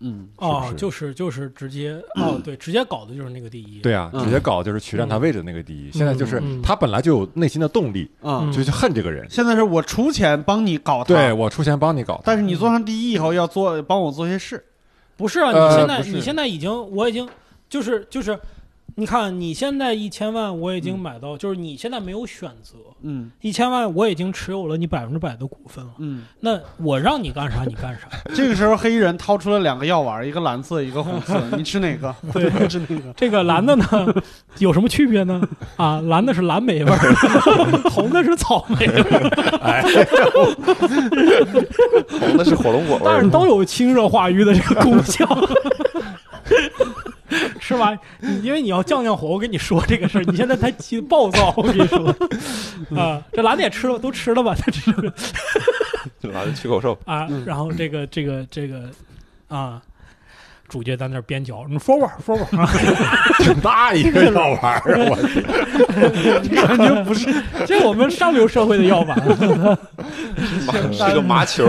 嗯哦，是就是就是直接哦，对，直接搞的就是那个第一。对啊，嗯直接搞就是取占他位置的那个第一。现在就是嗯嗯他本来就有内心的动力，啊嗯，就去恨这个人。现在是我出钱帮你搞他，对我出钱帮你搞，但是你做上第一以后要做帮我做些事，不是啊，呃你现在不是你现在已经，我已经就是就是你看你现在一千万，我已经买到，就是你现在没有选择，嗯一千万我已经持有了你百分之百的股份了，嗯，那我让你干啥你干 啥。这个时候黑衣人掏出了两个药丸，一个蓝色，一个红色，你吃哪个？对， 吃哪 个？这个蓝的呢，有什么区别呢？啊，蓝的是蓝莓味 儿，红的是草莓味儿，红的是火龙果味 但儿是，都有清热化瘀的这个功效，是吧？你因为你要降降火，我跟你说这个事儿，你现在太急暴躁，我跟你说啊，这蓝的也吃了，都吃了吧， 这吃了 拿着去口兽，啊，然后这个这个这个啊。主角在那儿边嚼，你 forward forward 啊， 挺大一个药丸儿 啊，我感觉不是，这是我们上流社会的药丸，麻 是个麻球，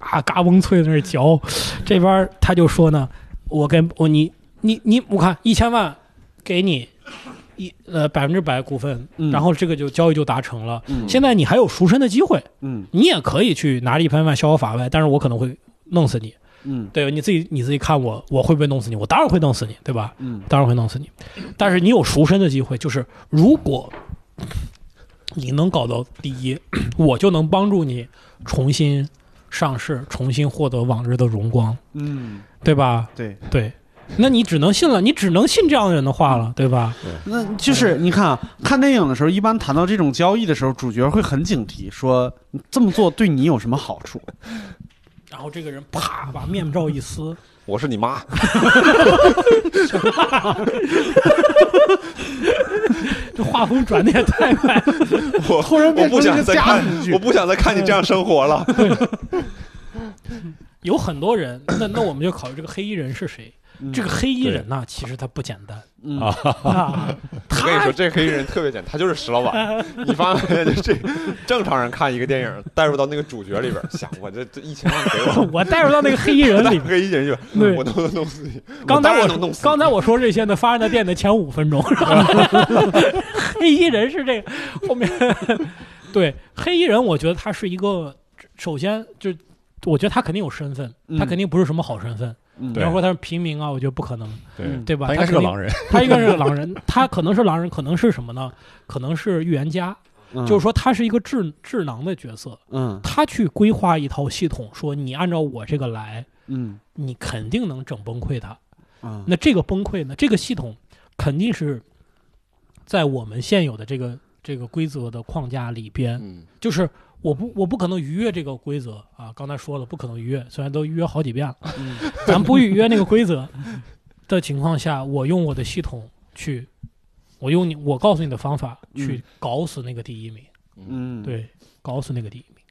嘎啊嘎嘣脆在那儿嚼，这边儿他就说呢，我跟我你你你，我看一千万给你一呃百分之百股份，嗯然后这个就交易就达成了。嗯现在你还有赎身的机会，嗯你也可以去拿着一千万逍遥法外，但是我可能会弄死你，嗯对吧？你自己你自己看我我会不会弄死你？我当然会弄死你，对吧？嗯当然会弄死你，但是你有赎身的机会，就是如果你能搞到第一， 我就能帮助你重新上市，重新获得往日的荣光，嗯，对吧？对，对，那你只能信了，你只能信这样的人的话了，对吧？那就是你看啊，看电影的时候，一般谈到这种交易的时候，主角会很警惕，说这么做对你有什么好处？然后这个人啪把面罩一撕， 我是你妈，这画风转的也太 快了。我突然我变成不一想个再家看庭，剧我，不想再看你这样生活了。有很多人，那那我们就考虑这个黑衣人是谁。嗯这个黑衣人呐、其实他不简单嗯啊啊，我跟你他说，这黑衣人特别简单，他就是石 老板。你发现就这正常人看一个电影，带入到那个主角里边，想我这这一千万给我，我带入到那个黑衣人带里入黑衣人去，对我都能弄死你。刚才当然我能弄死你刚才我说这些呢，发生在店的前五 分钟，黑衣人是这个后面，对黑衣人，我觉得他是一个，首先就我觉得他肯定有身份，嗯他肯定不是什么好身份。嗯你对要说他是平民啊，我觉得不可能，嗯对对，吧？嗯他应该是个肯定狼人，他应该是个 狼人，他可能是狼人，可能是什么呢？可能是预言家，嗯就是说他是一个智智囊的角色，嗯他去规划一套系统，说你按照我这个来，嗯你肯定能整崩溃他。啊那这个崩溃呢？这个系统肯定是在我们现有的这个这个规则的框架里边，嗯，就是我不我不可能逾越这个规则啊！刚才说了，不可能逾越，虽然都逾越好几遍了， 嗯咱不逾越那个规则的情况下，我用我的系统去，我用你我告诉你的方法去嗯搞死那个第一名，嗯，对，搞死那个第一名，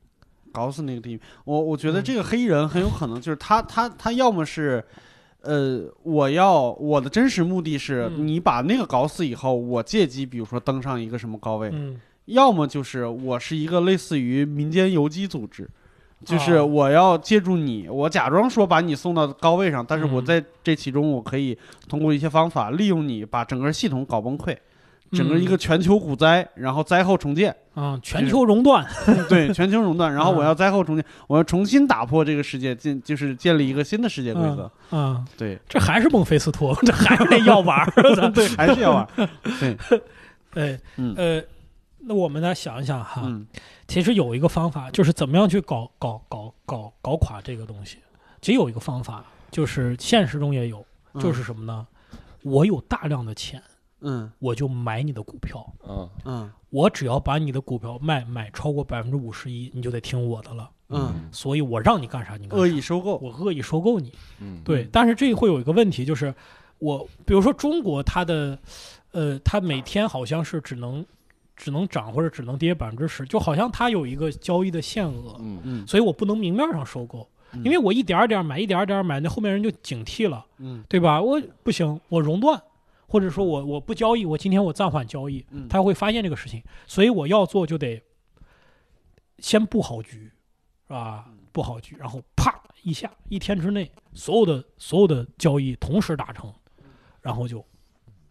搞死那个地狱。我我觉得这个黑衣人很有可能就是他，他他要么是，呃，我要我的真实目的是嗯你把那个搞死以后，我借机比如说登上一个什么高位，嗯，要么就是我是一个类似于民间游击组织。就是啊我要借助你，我假装说把你送到高位上，但是我嗯在这其中，我可以通过一些方法利用你，把整个系统搞崩溃，整个嗯一个全球股灾，然后灾后重建，啊，全球熔断，对，全球熔断，然后嗯我要灾后重建，我要重新打破这个世界，建就是建立一个新的世界规则。啊，对，这还是孟菲斯托，这还是那药丸儿， 我操对，还 是要玩。对，嗯呃，那我们再想一想哈，嗯其实有一个方法，就是怎么样去搞搞搞搞搞垮这个东西。其实有一个方法，就是现实中也有，嗯就是什么呢？我有大量的钱，嗯我就买你的股票，嗯，嗯我只要把你的股票卖买超过百分之五十一，你就得听我的了。嗯，所以我让你干啥你干恶啥，意收购。我恶意收购你。嗯，对，但是这会有一个问题，就是我比如说中国它的，呃，它每天好像是只能只能涨或者只能跌百分之十，就好像它有一个交易的限额，嗯 嗯所以我不能明面上收购，因为我一点儿一点儿买，一点儿一点儿买，那后面人就警惕了，嗯对吧？我不行，我熔断。或者说我我不交易，我今天我暂缓交易，嗯他会发现这个事情，所以我要做就得先布好局，是吧？布好局，然后啪一下，一天之内所有的所有的交易同时达成，然后就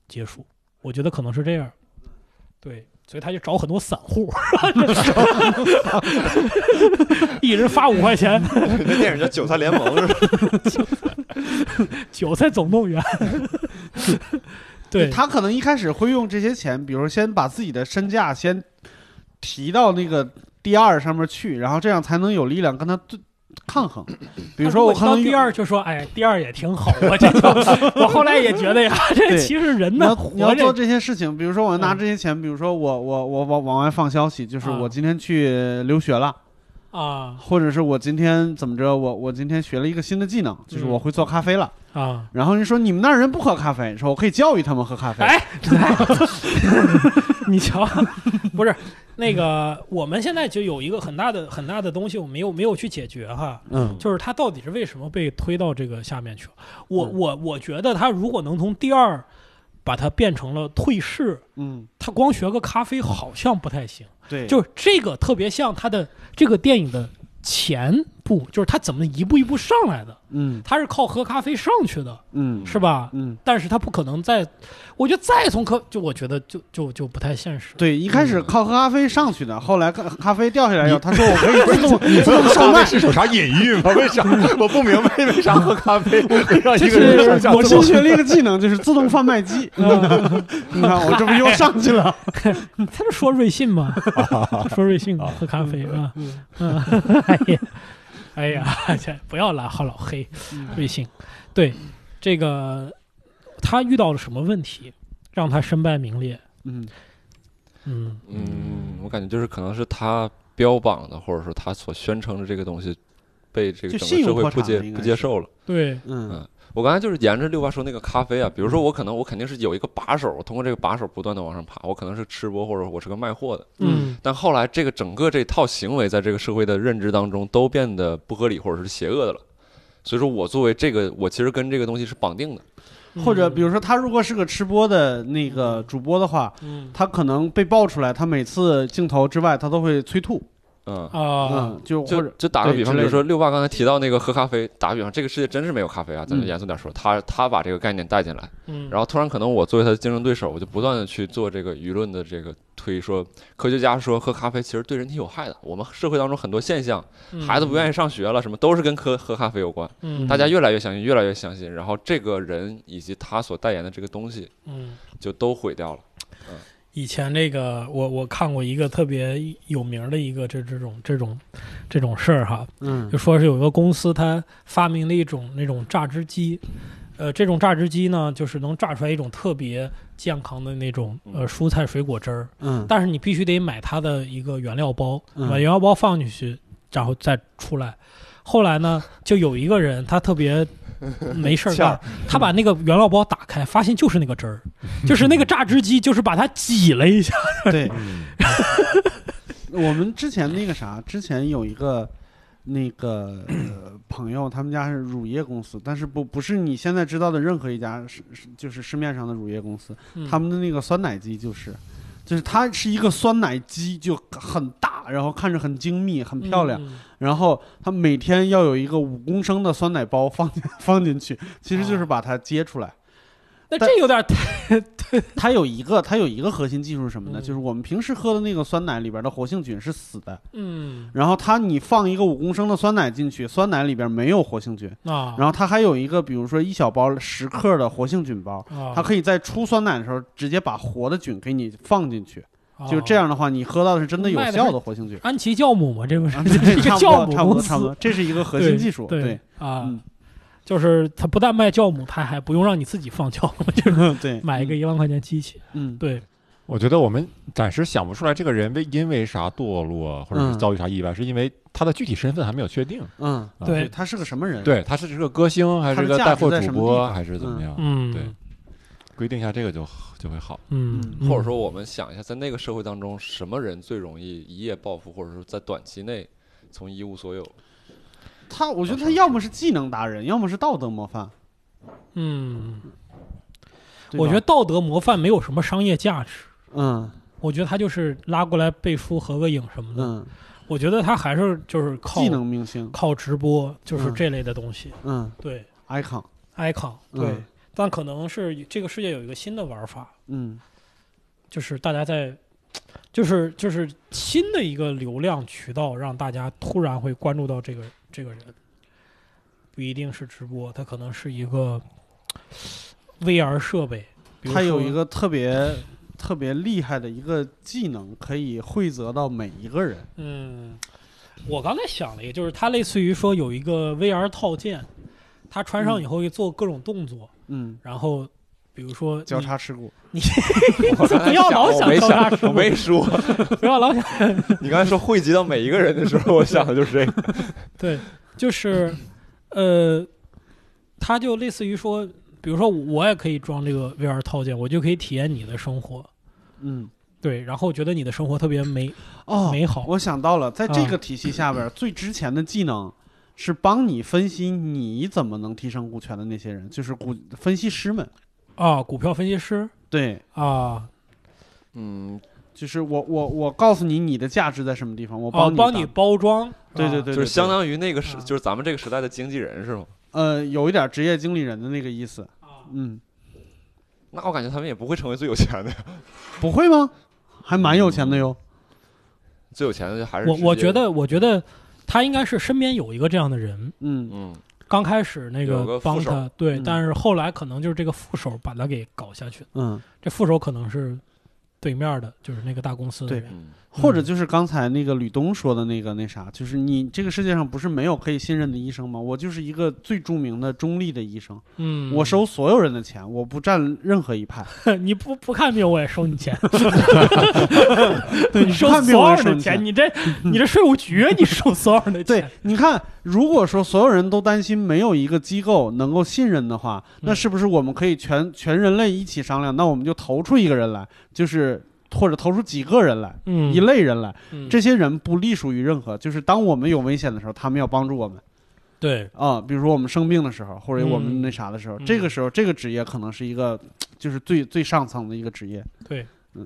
结束。我觉得可能是这样，对，所以他就找很多散户， 一人发五块钱，那电影叫《韭菜联盟》是吧？韭菜总动员， 对，他可能一开始会用这些钱，比如说先把自己的身价先提到那个第二上面去，然后这样才能有力量跟他对抗衡。比如说我可到能第用二就说，哎，第二也挺好，我这 就我后来也觉得呀，这对其实人你呢要你活要着，做这些事情，比如说我拿嗯这些钱，比如说我我我往往外放消息，就是啊我今天去留学了，啊或者是我今天怎么着，我我今天学了一个新的技能，就是嗯我会做咖啡了。啊，然后人说你们那儿人不喝咖啡，说我可以教育他们喝咖啡。哎， 你瞧，不是那个，我们现在就有一个很大的很大的东西，我没有没有去解决哈，嗯就是它到底是为什么被推到这个下面去了？我嗯我我觉得它如果能从第二把它变成了退市，嗯，它光学个咖啡好像不太行。对，就是这个特别像它的这个电影的前部，就是它怎么一步一步上来的，嗯它是靠喝咖啡上去的，嗯是吧？嗯，但是它不可能再，我觉得再从科，就我觉得就就就不太现实。对，一开始靠喝咖啡上去的，后来咖咖啡掉下来以后，他嗯说我可以自动 你自动售卖。是有啥隐喻吗？为啥？嗯我不明白为啥喝咖啡 会让一就个人是上下我自新动学了一个技能，就是自动贩卖 机。你看我这不又上去 了？他是说瑞幸吗？说瑞幸喝咖啡啊？嗯，哎呀，哎呀，这不要拉好老黑瑞幸。对，这个他遇到了什么问题，让他身败名裂？嗯嗯 嗯，我感觉就是可能是他标榜的，或者说他所宣称的这个东西，被这个就整信用个社会破不产接了应该不接是受了。对，嗯我刚才就是沿着六八说那个咖啡啊，嗯比如说我可能我肯定是有一个把手，我通过这个把手不断的往上爬，我可能是吃播或者我是个卖货的，嗯但后来这个整个这套行为在这个社会的认知当中都变得不合理或者是邪恶的了，所以说我作为这个我其实跟这个东西是绑定的，或者比如说他如果是个吃播的那个主播的话，嗯他可能被爆出来，他每次镜头之外他都会催吐。嗯。啊，嗯，就或就者就打个对比方，之比类如说六爸刚才提到那个喝咖啡，打个比方，这个世界真是没有咖啡啊，咱嗯就严肃点说，他他把这个概念带进来，嗯，然后突然可能我作为他的竞争对手，我就不断的去做这个舆论的这个推说，科学家说喝咖啡其实对人体有害的，我们社会当中很多现象，嗯孩子不愿意，意上学了，什么都是跟喝喝咖啡有关，嗯，大家越来越相信，越来越相信，然后这个人以及他所代言的这个东西嗯。就都毁掉了。以前那个我我看过一个特别有名的一个这这种这种这种事儿哈，嗯就说是有一个公司它发明了一种那种榨汁机，呃，这种榨汁机呢，就是能榨出来一种特别健康的那种呃嗯蔬菜水果汁儿，嗯但是你必须得买它的一个原料包，嗯把原料包放进去，然后再出来。后来呢，就有一个人他特别没事儿欠 干儿，他把那个原料包打开，发现就是那个汁儿， 就是那个榨汁机，就是把它挤了一下。对，嗯我们之前那个啥，之前有一个那个、呃朋友，他们家是乳业公司，但是不不是你现在知道的任何一家是是就是市面上的乳业公司，嗯他们的那个酸奶机就是。就是它是一个酸奶机，就很大，然后看着很精密、很漂亮。嗯然后它每天要有一个五公升的酸奶包放进放进去，其实就是把它接出来。那这有点太它有一个它有一个核心技术是什么呢？嗯就是我们平时喝的那个酸奶里边的活性菌是死的，嗯然后它你放一个五公升的酸奶进去，酸奶里边没有活性菌，啊，然后它还有一个比如说一小包十克的活性菌包，啊它可以在出酸奶的时候直接把活的菌给你放进去，啊就这样的话，你喝到的是真的有卖的效是的活性菌。安琪酵母嘛，这不是啊这是一 个对，差不酵多，母差不公多，司差不多，这是一个核对心技术。对对，啊嗯，就是它不但卖酵母，它还不用让你自己放 酵母，就是对，买一个一万块钱机器。嗯，对，我觉得我们暂时想不出来这个人为因为啥堕落，或者是遭遇啥意外，是因为他的具体身份还没有确定。嗯，啊对他是个什么人？，对，他是这个歌星，还是个带货主播，还是怎啊么样？嗯，对规定一下这个就就 会好。嗯，嗯，或者说，我们想一下，在那个社会当中，什么人最容易一夜暴富，或者说在短期内从一无 所有？他我觉得他要么是技能达人，要么是道德模范。嗯，对吧我觉得，道德模范没有什么商业价值。嗯我觉得他就是拉过来背书、合个影什么的。嗯，我觉得他还是就是靠技能明星，靠直播，就是嗯这类的东西。嗯对，icon， ，icon 嗯对，但可能是这个世界有一个新的玩法，嗯就是大家在，就是就是新的一个流量渠道，让大家突然会关注到这个这个人。不一定是直播，它可能是一个 VR 设备。比如它有说一个特别特别厉害的一个技能，可以汇泽到每一个人。嗯，我刚才想了一个，就是它类似于说有一个 VR 套件，它穿上以后会做各种动作，嗯，然后比如说交叉持股，我刚才不要老我想没到他想，说我没说。 你， 不要老想你刚才说汇集到每一个人的时候，我想的就是这嗯个。对，就是呃，它就类似于说，比如说我也可以装这个 VR 套件，我就可以体验你的生活，嗯，对，然后觉得你的生活特别美哦，美好，我想到了，在这啊个体系下边儿，最值钱的技能是帮你分析你怎么能提升股权的那些人，就是股分析师们。啊，股票分析师对，啊，嗯，就是我我我告诉你你的价值在什么地方，我我帮哦你、啊帮你，包装，对啊对对，就对嗯是相当于那个时啊，就是咱们这个时代的经纪人是吗？呃有一点职业经理人的那个意思。啊嗯，那我感觉他们也不会成为最有钱的，不会吗？还蛮有钱的哟。最有钱的就还是我直接我觉，得，我觉得他应该是身边有一个这样的人，嗯，嗯，刚开始那有个个副帮手他，对，嗯但是后来可能就是这个副手把他给搞下去了，嗯，这副手可能是对面的，就是那个大公司的对人，嗯或者就是刚才那个吕东说的那个那啥，就是你这个世界上不是没有可以信任的医生吗？我就是一个最著名的中立的医生，嗯，我收所有人的钱，我不占任何一派。你不不看病我也收你 钱，对你收看病所我有人也收的你钱，钱你 这你这税务局你收所有人的对钱，，你看，如果说所有人都担心没有一个机构能够信任的话，那是不是我们可以全全人类一起商量？那我们就投出一个人来，就是或者投出几个人来，嗯，一类人来，嗯这些人不隶属于任何，就是当我们有危险的时候，他们要帮助我们对啊、比如说我们生病的时候，或者我们嗯那啥的时候，嗯这个时候这个职业可能是一个就是最最上层的一个 职业。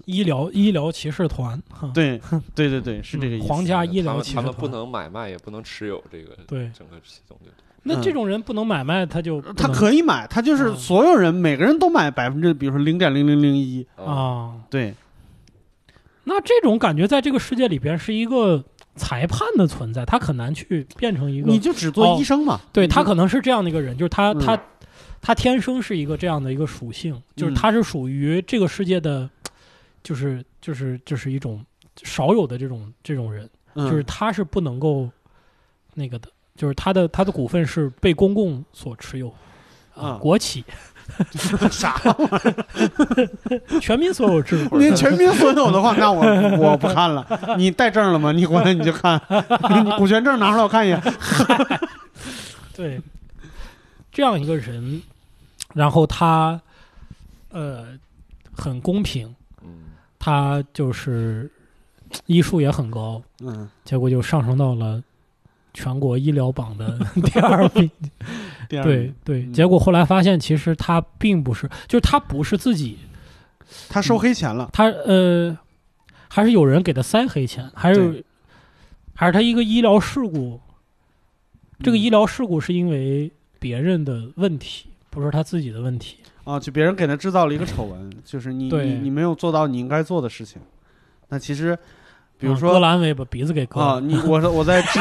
医疗医疗骑士团，哈对，对对对，是这个意嗯思。皇家医他疗们骑士他们团不能买卖，也不能持有这个对，整个系统，对那这种人不能买卖，他就不嗯他能可以买，他就是嗯所有人，每个人都买百分之，比如说零点零零零一，啊，啊。对，那这种感觉在这个世界里边是一个裁判的存在，他很难去变成一个哦你，就只做医生嘛。对你就他可能是这样的一个人，就是他、嗯他他天生是一个这样的一个属性，嗯就是他是属于这个世界的，就是就是就是一种少有的这种这种人，嗯 就是他是不能够那个的，就是他的他的股份是被公共所持有。啊嗯，国企 啥？，全民所有制您全民所有 的话，那我我不看了。你带证了吗？你过来你就看， 你股权证拿出来我看一眼。对，这样一个人，然后他呃很公平，嗯，他 就是医术也很高，嗯，结果就上升到了全国医疗榜的第二 名。第二对，对，嗯结果后来发现，其实他并不是，就是他不是自己，他收黑钱了。他呃还是有人给他塞黑钱，还对是还是他一个医疗事故。嗯这个医疗事故是因为别人的问题，不是他自己的问题。啊，就别人给他制造了一个丑闻，就是你对你你没有做到你应该做的事情。那其实，比如嗯说割阑尾把鼻子给割啊，了，哎你我我在 治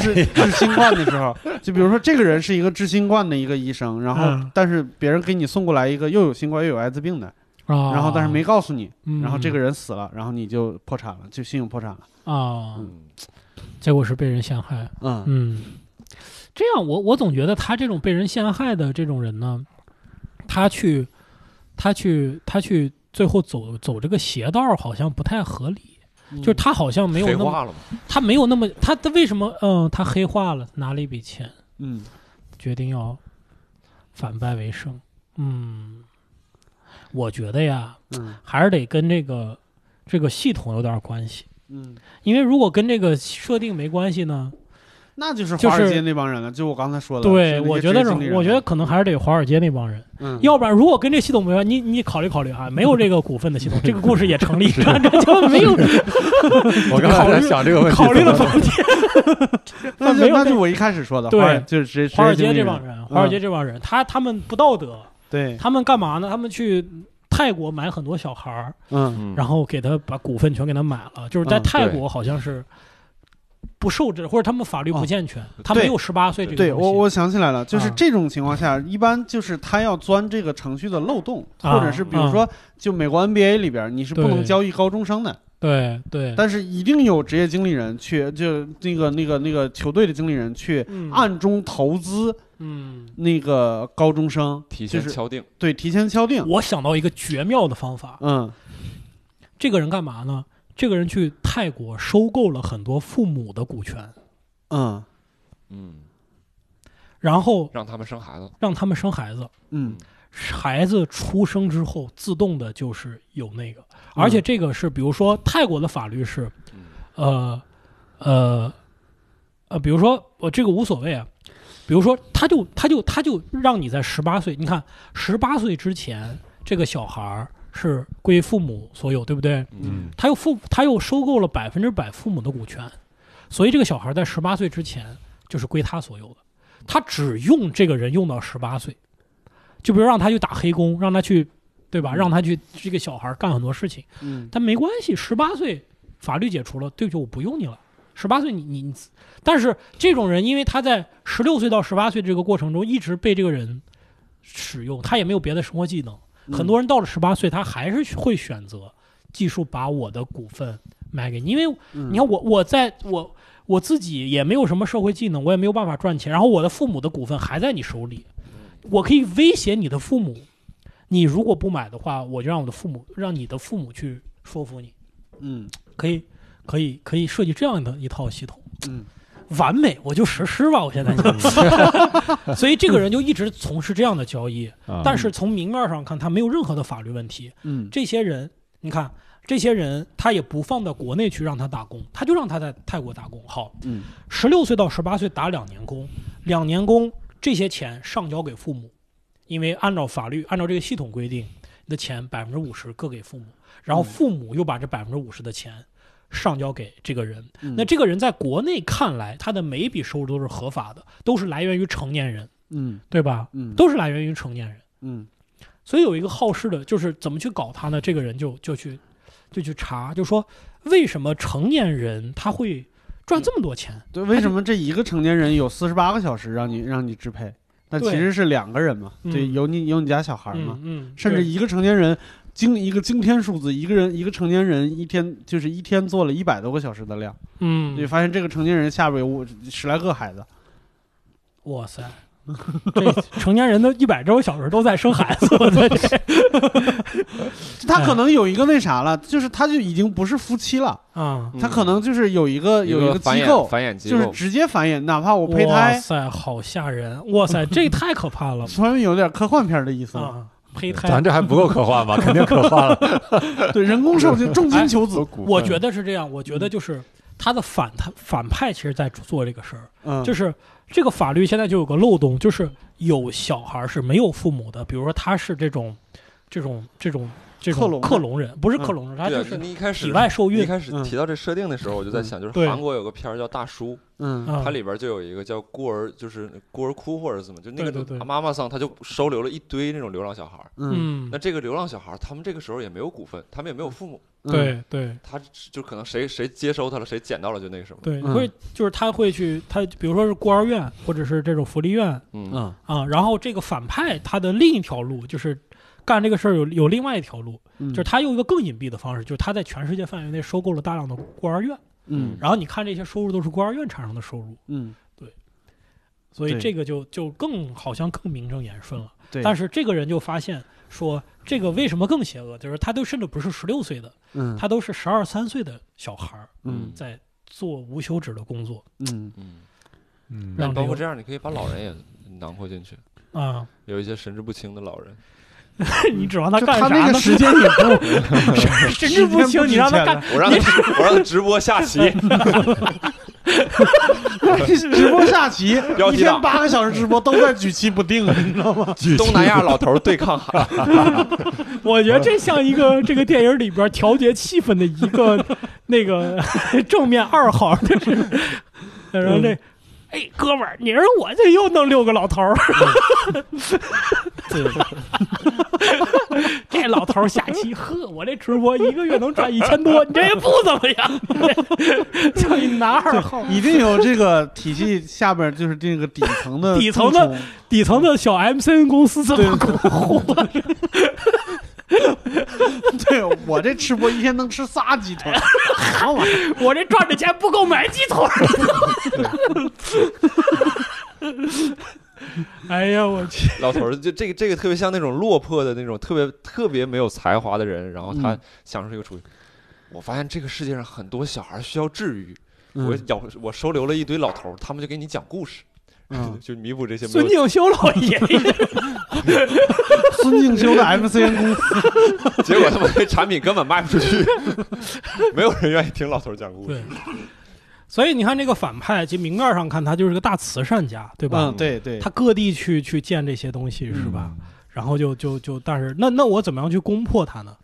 治治新冠的时候，就比如说这个人是一个治新冠的一个医生，然后、嗯但是别人给你送过来一个又有新冠又有艾滋病的，啊然后但是没，告诉你，嗯然后这个人死了，然后你就破产了，就信用破产了。啊，嗯结果是被人陷害。啊嗯嗯，这样我我总觉得他这种被人陷害的这种人呢，他去他去他去最后走走这个邪道儿好像不太合理，嗯就是他好像没有嗯黑那么化了嘛，他没有那么他他为什么嗯他黑化了拿了一笔钱嗯，决定要反败为胜，嗯，我觉得呀，嗯还是得跟这个这个系统有点关系。嗯，因为如果跟这个设定没关系呢，那就是就是华尔街那帮人了，就我刚才说的。对是那些我觉得职业经理是，人我觉得可能还是得华尔街那帮人，嗯要不然如果跟这系统没关系，你你考虑考虑啊，没有这个股份的系统，这个故事也成立，这这就没有我刚才在想这个问题，考虑了怎么半天。没有那就嗯那这就我一开始说的，对华尔就是职华尔职街业经理这人嗯帮人，华尔街这帮人，他他们不道德，对，他们干嘛呢？他们去。泰国买很多小孩儿，嗯嗯然后给他把股份全给他买了，就是在嗯泰对国好像是不受制，或者他们法律不健全，他哦对没有十八岁这个对东我，西我想起来了，就是啊这种情况下，一般就是他要钻这个程序的漏洞，啊或者是比如说，就美国 NBA 里边，你是不对能交易高中生的，对对，但是一定有职业经理人去，就那个那个那个球队的经理人去嗯暗中投资嗯，那个高中生，提就前是敲定，对，提前敲定，我想到一个绝妙的方法，嗯，这个人干嘛呢？这个人去泰国收购了很多父母的股权，嗯嗯，然后让他们生孩子，让他们生孩子，嗯孩子出生之后自动的就是有那个，而且这个是比如说泰国的法律是嗯，呃呃呃，比如说我这个无所谓啊，比如说他就他就他就让你在十八岁，你看十八岁之前这个小孩儿是归父母所有，对不对？嗯，他又父他又收购了百分之百父母的股权，所以这个小孩在十八岁之前就是归他所有的，他只用这个人用到十八岁，就比如让他去打黑工，让他去，对吧？让他去这个小孩干很多事情，嗯但没关系，十八岁法律解除了，对不起，我不用你了。十八岁你，你你，但是这种人，因为他在十六岁到十八岁这个过程中一直被这个人使用，他也没有别的生活技能。嗯很多人到了十八岁，他还是会选择技术把我的股份卖给你，因为嗯你看我我在我我自己也没有什么社会技能，我也没有办法赚钱，然后我的父母的股份还在你手里，我可以威胁你的父母，你如果不买的话，我就让我的父母让你的父母去说服你，嗯可以可以可以设计这样的一套系统。嗯完美，我就实施吧。我现在就，所以这个人就一直从事这样的交易，啊但是从明面上看，他没有任何的法律问题。嗯这些人，你看，这些人他也不放到国内去让他打工，他就让他在泰国打工。好，嗯十六岁到十八岁打两年工，两年工这些钱上交给父母，因为按照法律，按照这个系统规定，你的钱百分之五十各给父母，然后父母又把这百分之五十的钱上交给这个人。嗯那这个人在国内看来，他的每一笔收入都是合法的，都是来源于成年人，嗯对吧？嗯都是来源于成年人。嗯所以有一个好事的，就是怎么去搞他呢？这个人就就去就去查，就说为什么成年人他会赚这么多钱？对，为什么这一个成年人有四十八个小时让你让你支配？但对其实是两个人嘛，嗯对，有你有你家小孩嘛嗯，嗯，甚至对一个成年人惊一个惊天数字，一个人一个成年人一天就是一天做了一百多个小时的量，嗯你、，发现这个成年人下边有五十来个孩子，哇塞，这 成年人的一百周小时都在生孩 子，我在这他可能有一个那啥了，就是他就已经不是夫妻了，啊，他可能就是有一个有嗯一个繁机衍构，繁衍机就是构，直接繁衍，哪怕我胚哇胎，塞，好吓人！哇 塞，这太可怕了突然有点科幻片的意思了，啊！胚胎咱，这还不够科幻吧？肯定科幻了。对，人工受精，重金求子， 我觉得是这样，我觉嗯得就是他的反他反派其实在做这个事儿，嗯，就是这个法律现在就有个漏洞，就是有小孩儿是没有父母的，比如说他是这种这种这种这克隆种的克隆人，不是克隆人，他对就啊，那是你一开始体外受你一孕开始嗯提到这设定的时候，我就在想，就是对韩国有个片儿叫《大叔》，嗯啊它里边就有一个叫孤儿，就是孤儿哭或者怎么，就那对对个对妈妈桑，他就收留了一堆那种流浪小孩儿。嗯嗯那，这个流浪小孩儿，他们这个时候也没有股份，他们也没有父母，嗯，对对。他只就可能谁谁接收他了，谁捡到了就那个什么。对，嗯会就是他会去，他比如说是孤儿院或者是这种福利院嗯，嗯啊，然后这个反派他的另一条路就是干这个事儿有有另外一条路，嗯，就是他用一个更隐蔽的方式，就是他在全世界范围内收购了大量的孤儿院，嗯然后你看这些收入都是孤儿院产生的收入，嗯，所以对这个就就更好像更名正言顺了。对，但是是这个人就发现说，这个为什么更邪恶？就是他都甚至不是十六岁的，嗯他都是十二三岁的小孩儿嗯在做无休止的工作，嗯嗯，嗯那让你包括个这样，你可以把老人也囊括进去，啊。 有一些神志不清的老人。你指望他干啥就他那呢个？时间也不，神志不清，你让他干， 我让他我让他直播下棋， 直播下棋， 标一题党天八个小时直播都在举棋不定，你知道吗？东南亚老头儿对抗韩，我觉得这像一 个这个电影里边调节气氛的一 个那个正面二号，就是然后这。哎，哥们儿，你说我这又弄六个老头儿，对， 这老头儿下期，呵，我这直播一个月能赚一千多，你这 也不怎么样， 就一男二号， 一定有这个体系下边就是这个底层 的底层的蛀虫底层的小 MCN 公司这么苟活，对我这吃播一天能吃仨鸡腿，什么玩意儿？我这赚的钱不够买鸡腿儿。 哎呀，我去！ 老头儿，就这个这个特别像那种落魄的那种特别特别没有才华的人，然后他嗯想出一个主意。我发现这个世界上很多小孩需要治愈，嗯我养我收留了一堆老头儿，他们就给你讲故事， 嗯就弥补这些没孙敬有。修老爷爷，孙敬修的 MCN 公司，结果他们这产品根本卖不出去，没有人愿意听老头儿讲故事对。 所以你看这个反派，其实明面上看他就是个大慈善家，对吧？嗯，对对，他各地去去建这些东西，是吧？然后就就就，但是那那我怎么样去攻破他呢？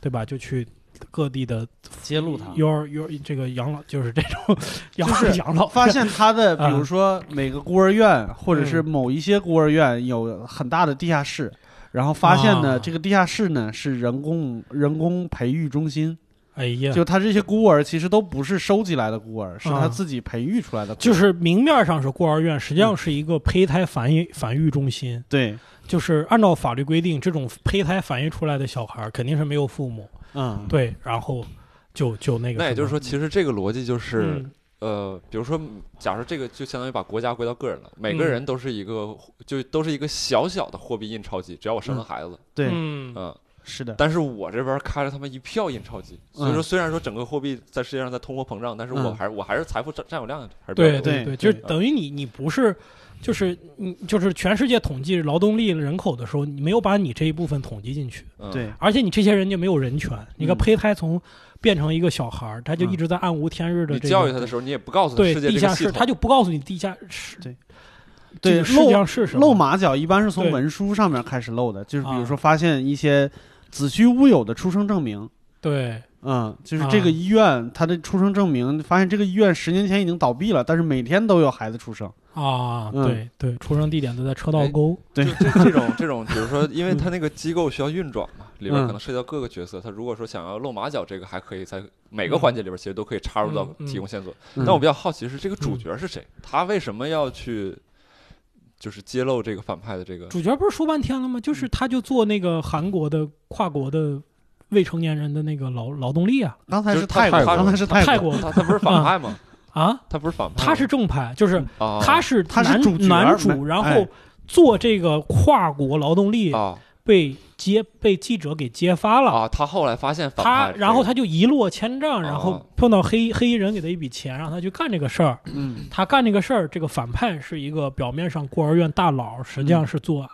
对吧？就去各地的揭露他，幼儿幼儿这个养老，就是这种养 就是养老发现他的，比 嗯如说每个孤儿院或者是某一些孤儿院有很大的地下室，然后发现呢，啊这个地下室呢是人工人工培育中心，哎呀，就他这些孤儿其实都不是收集来的孤儿，是啊他自己培育出来的孤儿，就是明面上是孤儿院，实际上是一个胚胎繁育繁育中心。对，就是按照法律规定，这种胚胎繁育出来的小孩儿肯定是没有父母，嗯，对，然后就就那个什么。那也就是说，其实这个逻辑就是嗯，呃，比如说，假如这个就相当于把国家归到个人了，每个嗯人都是一个，就都是一个小小的货币印钞机，只要我生了孩子，对，嗯，嗯，是的，但是我这边开了他们一票印钞机，所以嗯说虽然说整个货币在世界上在通货膨胀，但是我嗯还是我还是财富占占有量还是比较对多的对，对就对等于你你不是，就是你就是全世界统计劳动力人口的时候，你没有把你这一部分统计进去，嗯对，而且你这些人就没有人权。你个嗯胚胎从变成一个小孩儿，他就嗯一直在暗无天日的你这教个育他的时候，你也不告诉他对世界地这个下系室，他统，就不告诉你地下室对这对个世界漏上是什么露马脚一般是从对文书上面开始漏的，就是比啊如说发现一些子虚乌有的出生证明。对嗯，就是啊这个医院，他的出生证明发现这个医院十年前已经倒闭了，但是每天都有孩子出生。啊，嗯对对，出生地点都在车道哎沟。对就这这种这种，比如说，因为嗯他那个机构需要运转嘛，里边可能涉及到各个角色，他如果说想要露马脚，这个还可以在每个环节里边其实都可以插入到嗯嗯嗯嗯提供线索。嗯但我比较好奇是这个主角是谁，他为什么要去就是揭露这个反派的这个？主角不是说半天了吗？就是嗯他就做那个韩国的跨国的未成年人的那个劳劳动力啊刚才就是是泰国，国刚才是泰泰国他他不是反派吗？啊，他不是反派吗，他是正派，就是啊他是哦嗯他是男主角男主，没然后哎哦做这个跨国劳动力啊被揭被记者给揭发了。啊，他后来发现反他派，然后他就一落千丈，啊然哦后碰到黑黑衣人给他一笔钱，让他去干这个事儿。嗯他干这个事儿，这个反派是一个表面上孤儿院大佬，实际上是做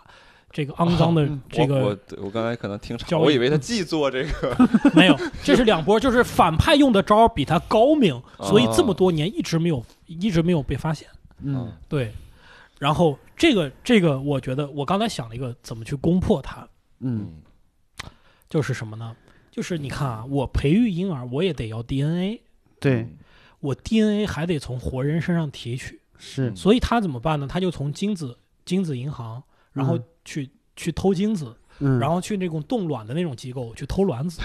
这个肮脏的嗯这个嗯我我我刚才可能听交岔，易我以为他既做这个 没有，这是两波，就是反派用的招儿比他高明，哦所以这么多年一直没有一直没有被发现。嗯啊对，然后这个这个，我觉得我刚才想了一个怎么去攻破它，嗯嗯就是什么呢？就是你看啊，我培育婴儿，我也得要 DNA，对，嗯我 DNA 还得从活人身上提取，是所以他怎么办呢？他就从精子精子银行，然后嗯去、去偷精子，嗯，然后去那种冻卵的那种机构去偷卵子，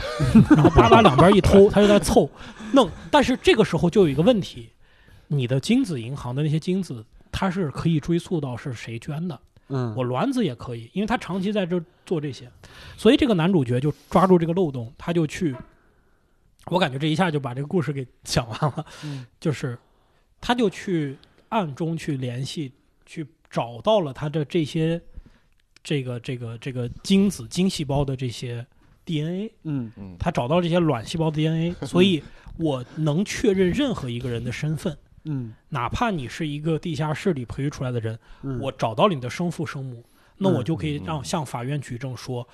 然后叭叭两边一偷，他就在凑弄。但是这个时候就有一个问题，你的精子银行的那些精子，它是可以追溯到是谁捐的，嗯我卵子也可以，因为他长期在这做这些，所以这个男主角就抓住这个漏洞，他就去，我感觉这一下就把这个故事给讲完了，嗯就是他就去暗中去联系，去找到了他的这些这个这个这个精子精细胞的这些 DNA，嗯嗯他找到这些卵细胞 DNA，所以我能确认任何一个人的身份。嗯哪怕你是一个地下室里培育出来的人，嗯，我找到了你的生父生母，那我嗯就可以嗯让向法院举证说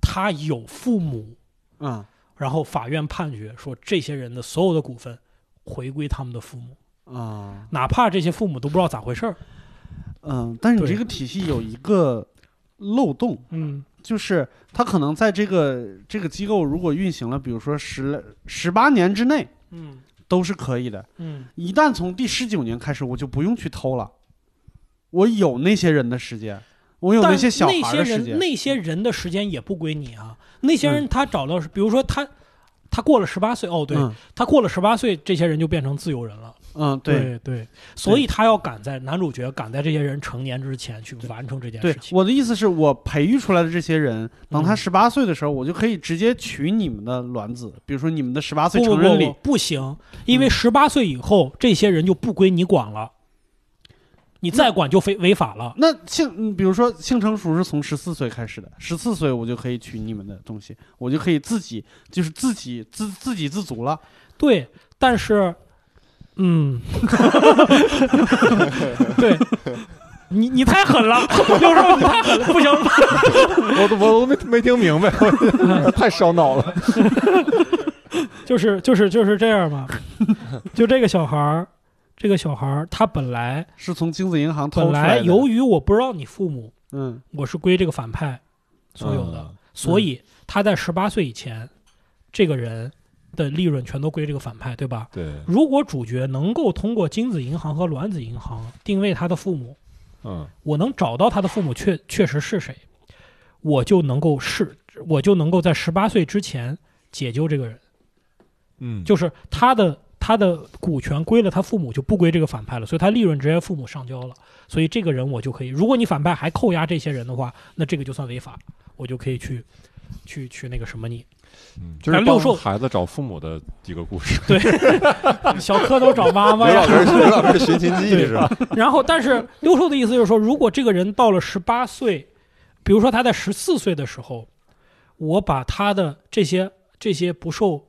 他有父母，嗯然后法院判决说这些人的所有的股份回归他们的父母，啊哪怕这些父母都不知道咋回事儿。嗯，但是你对这个体系有一个漏洞，嗯就是他可能在这个这个机构如果运行了，比如说十十八年之内嗯都是可以的，嗯一旦从第十九年开始，我就不用去偷了，我有那些人的时间，我有但那些小那孩些的时人间，那些人的时间也不归你啊。那些人他找到，比如说他他过了十八岁，哦，对、嗯他过了十八岁，这些人就变成自由人了。嗯，对对对，所以他要赶在男主角赶在这些人成年之前去完成这件对事，情。我的意思是我培育出来的这些人，等他嗯十八岁的时候，我就可以直接取你们的卵子，比如说你们的十八岁不不成不人礼不，不行，因嗯为十八岁以后，这些人就不归你管了，你再管就非违法了。那性，嗯比如说性成熟是从十四岁开始的，十四岁我就可以取你们的东西，我就可以自己就是自己自自给自足了。对，但是，嗯， 对。你你太狠了，有时候你太狠了，不行， 我都我都没没听明白，太烧脑嗯了。 就是就是就是这样嘛。就这个小孩儿，这个小孩儿他本来是从精子银行偷本出来来的。由于我不知道你父母，嗯我是归这个反派所有的，嗯所以他在十八岁以前，这个人的利润全都归这个反派，对吧？对，如果主角能够通过精子银行和卵子银行定位他的父母，嗯我能找到他的父母确确实是谁，我就能够是，我就能够在十八岁之前解救这个人。嗯，就是他的他的股权归了他父母，就不归这个反派了，所以他利润直接父母上交了，所以这个人我就可以，如果你反派还扣押这些人的话，那这个就算违法，我就可以去。去去那个什么你，嗯就是咱六兽帮孩子找父母的几个故事。小蝌蚪找妈妈刘老呀。根，刘老根寻亲 记是吧？然后，但是六兽的意思就是说，如果这个人到了十八岁，比如说他在十四岁的时候，我把他的这些这些不受，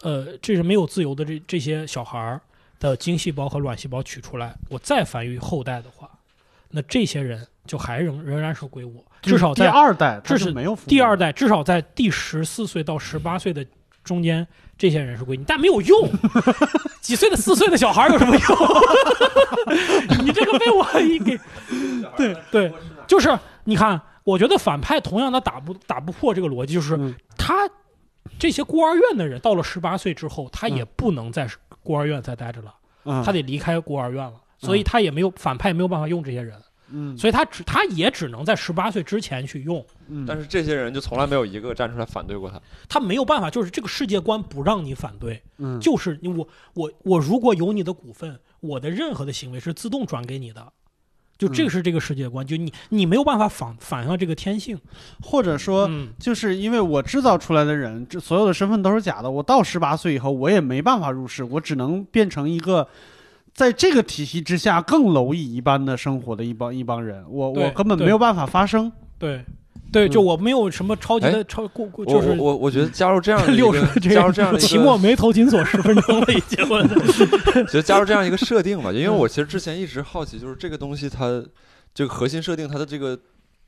呃，这是没有自由的这这些小孩儿的精细胞和卵细胞取出来，我再繁育后代的话，那这些人就还仍仍然是归我，至少第在二代，至他少就没有父母第二代，至少在第十四岁到十八岁的中间，这些人是归你，但没有 用。几岁的四岁的小孩有什么用？ 你这个被我一给，对对，啊就是你看，我觉得反派同样的打不打不破这个逻辑，就是嗯他这些孤儿院的人到了十八岁之后，他也不能在孤儿院再待着了，嗯，他得离开孤儿院了，所以嗯他也没有反派也没有办法用这些人，嗯，所以他只他也只能在十八岁之前去用。嗯但是这些人就从来没有一个站出来反对过他。他没有办法，就是这个世界观不让你反对，嗯就是你我我我如果有你的股份，我的任何的行为是自动转给你的，就这嗯是这个世界观，就你你没有办法反反向这个天性。或者说。嗯，就是因为我制造出来的人，这所有的身份都是假的。我到十八岁以后，我也没办法入世，我只能变成一个在这个体系之下更蝼蚁一般的生活的一帮一帮人。我对我根本没有办法发声。对，对，嗯就我没有什么超级的超过过，哎我就 我是我我觉得加入这样的一六个十这加入这 样的一个期末眉头紧锁十分钟了，已经。其实加入这样一个设定吧，因为嗯我其实之前一直好奇，就是这个东西它这个核心设定它的这个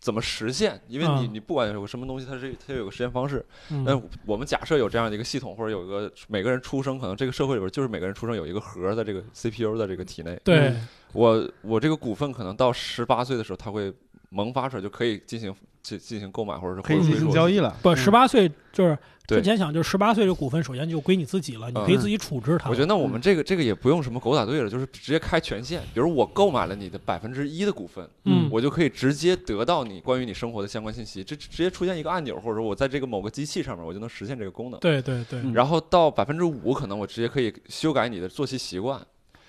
怎么实现？因为你嗯你不管有个什么东西，它是它有个实现方式。那 嗯我们假设有这样的一个系统，或者有一个每个人出生，可能这个社会里边就是每个人出生有一个核儿在这个 CPU 的这个体内。对嗯我我这个股份可能到十八岁的时候，它会萌发出来，就可以进行进进行购买，或者是可以进行交易。了。嗯不，十八岁就是嗯对啊之前想，就是十八岁这股份首先就归你自己了，你可以自己处置它。我觉得那嗯我们这个这个也不用什么狗打队了，就是直接开权限。比如我购买了你的百分之一的股份，嗯我就可以直接得到你关于你生活的相关信息，这直接出现一个按钮，或者说我在这个某个机器上面，我就能实现这个功能。对嗯对对，然后到百分之五，可能我直接可以修改你的作息习惯；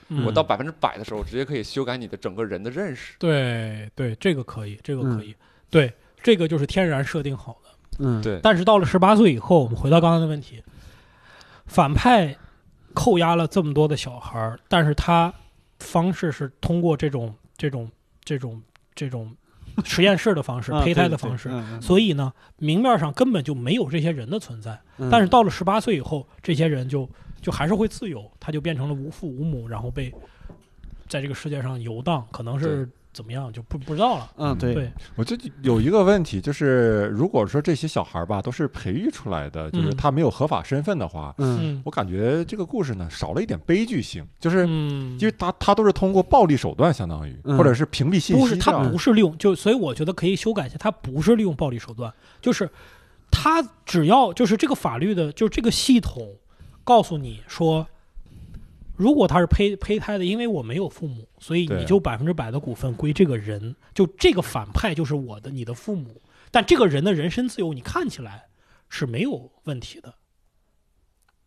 嗯我到百分之百的时候，我直接可以修改你的整个人的认识。对对，这个可以，这个嗯可以，对，这个就是天然设定好的。嗯，对，但是到了十八岁以后，我们回到刚才的问题，反派扣押了这么多的小孩儿，但是他方式是通过这种这种这种这种实验室的方式、啊胚胎对的对方式，嗯所以呢，明面上根本就没有这些人的存在。嗯但是到了十八岁以后，这些人就就还是会自由，他就变成了无父无母，然后被在这个世界上游荡，可能是怎么样就不不知道了。嗯，对，对，我就有一个问题，就是如果说这些小孩儿吧都是培育出来的，就是嗯他没有合法身份的话，嗯嗯我感觉这个故事呢少了一点悲剧性，就是嗯，因为他他都是通过暴力手段，相当于嗯或者是屏蔽信息，不是他这样不是利用，就所以我觉得可以修改一下，他不是利用暴力手段，就是他只要就是这个法律的，就是这个系统告诉你说，如果他是胚胚胎的，因为我没有父母，所以对你就百分之百的股份归这个人，就这个反派就是我的你的父母，但这个人的人身自由你看起来是没有问题的，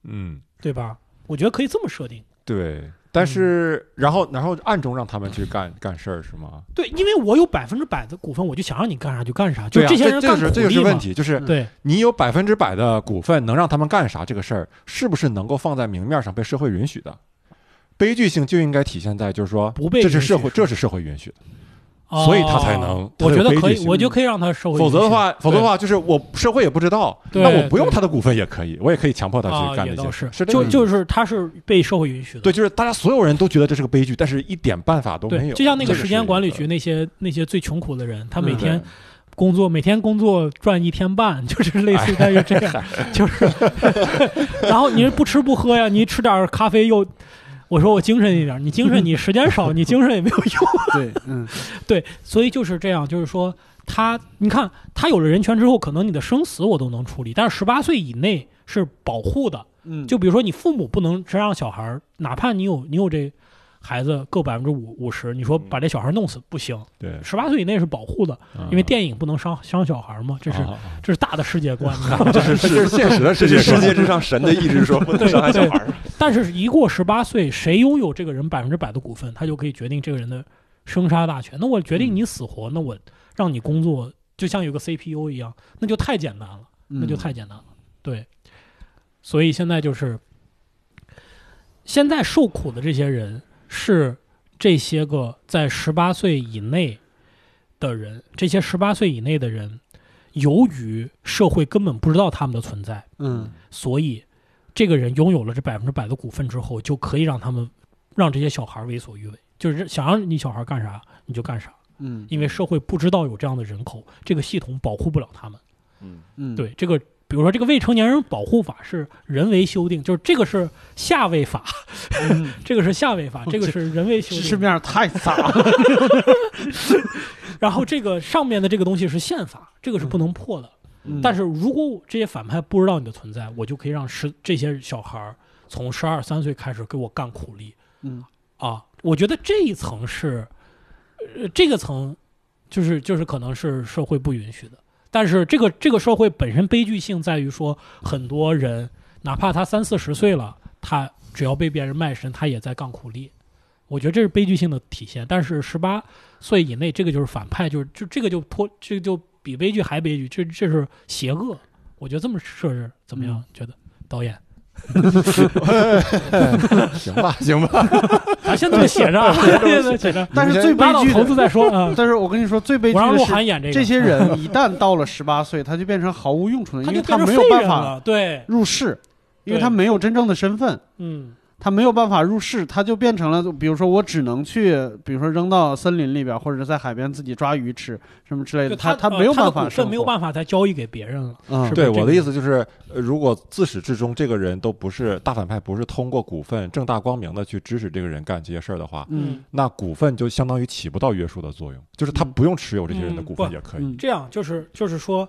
嗯，对吧？我觉得可以这么设定。对。但嗯是，然后，然后暗中让他们去干干事儿是吗？对，因为我有百分之百的股份，我就想让你干啥就干啥，就对啊，些人这这干苦是力这就是嘛问。题，嗯就是对，你有百分之百的股份，能让他们干啥这个事儿，是不是能够放在明面上被社会允许的？悲剧性就应该体现在就是说，不被这是允许社会，是这是社会允许的。所以他才能哦他我有觉得悲可剧以，性我就可以让他社会。否则的，话，否则的话就是我社会也不知道，对那我不用对他的股份也可以，我也可以强迫他啊去，干也这倒些是事，，是这就个意思就是他是被社会允许的。对，就是大家所有人都觉得这是个悲剧，但是一点办法都没对，有。就像那个这是呃时间管理一局个那些那些最穷苦的人，他每嗯天工作，每天工作赚一天半， 就是类 似于他就这样， 就是，然后你不吃不喝呀，你吃点儿咖啡又。我说我精神一点儿，你精神你时间少，你精神也没有用。对，嗯， 对，所以就是这样，就是说他，你看他有了人权之后，可能你的生死我都能处理，但是十八岁以内是保护的，嗯，就比如说你父母不能真让小孩儿，哪怕你有你有这孩子够百分之五五十，你说把这小孩弄死不行，嗯对，嗯十八岁以内是保护的，因为电影不能伤伤小孩嘛，这是啊这是大的世界 观。你知道吗这是这是现实的这世界是世观，界之上神的意志说 不能伤害小孩儿。但是，一过十八岁，谁拥有这个人百分之百的股份，他就可以决定这个人的生杀大权。那我决定嗯你死活，那我让你工作，就像有个 CPU 一样，那就太简单了。嗯那嗯就太简单了。对，所以现在就是，现在受苦的这些人是这些个在十八岁以内的人，这些十八岁以内的人，由于社会根本不知道他们的存在，嗯，所以这个人拥有了这百分之百的股份之后，就可以让他们让这些小孩为所欲为，就是想让你小孩干啥你就干啥，嗯因为社会不知道有这样的人口，这个系统保护不了他们。嗯，嗯，对这个，比如说这个未成年人保护法是人为修订，就是这个是下位法，嗯， 这个是下位法，这个是人为修知识订。面太杂了，然后这个上面的这个东西是宪法，这个是不能破的。嗯但是如果我这些反派不知道你的存在，我就可以让十这些小孩儿从十二三岁开始给我干苦力嗯啊！我觉得这一层是，呃，这个层就是就是可能是社会不允许的。但是这个这个社会本身悲剧性在于说，很多人哪怕他三四十岁了，他只要被别人卖身，他也在干苦力。我觉得这是悲剧性的体现。但是十八岁以内，这个就是反派，就是就这个就脱，这个就比悲剧还悲剧，这这是邪恶。我觉得这么设置怎么样？嗯觉得导演，行吧，行吧，咱先这么写着啊，先这么写着。但是最悲拉到剧投资 的，再说啊。但是我跟你说，最悲剧我让的鹿是晗演这个，嗯这些人一旦到了十八岁，他就变成毫无用 处的，他因就为他变成废没有办人法了。对，入世，因为对他没有真正的身份。嗯，他没有办法入世，他就变成了，比如说我只能去，比如说扔到森林里边，或者在海边自己抓鱼吃，什么之类的。就他他没有办呃他法的股份生没有活，办法再交易给别人了。嗯是吧对，这个我的意思就是，呃如果自始至终这个人都不是大反派，不是通过股份正大光明的去指使这个人干这些事儿的话，嗯那股份就相当于起不到约束的作用，就是他嗯不用持有这些人的嗯股不份也可以。嗯这样就是就是说，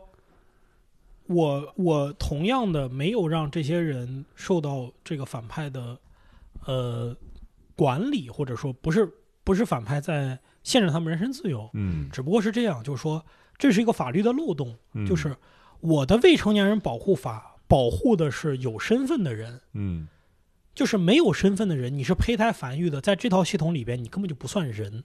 我我同样的没有让这些人受到这个反派的呃管理，或者说不是不是反派在限制他们人身自由，嗯，只不过是这样，就是说这是一个法律的漏洞，嗯就是我的未成年人保护法保护的是有身份的人。嗯就是没有身份的人，你是胚胎繁育的，在这套系统里边，你根本就不算人，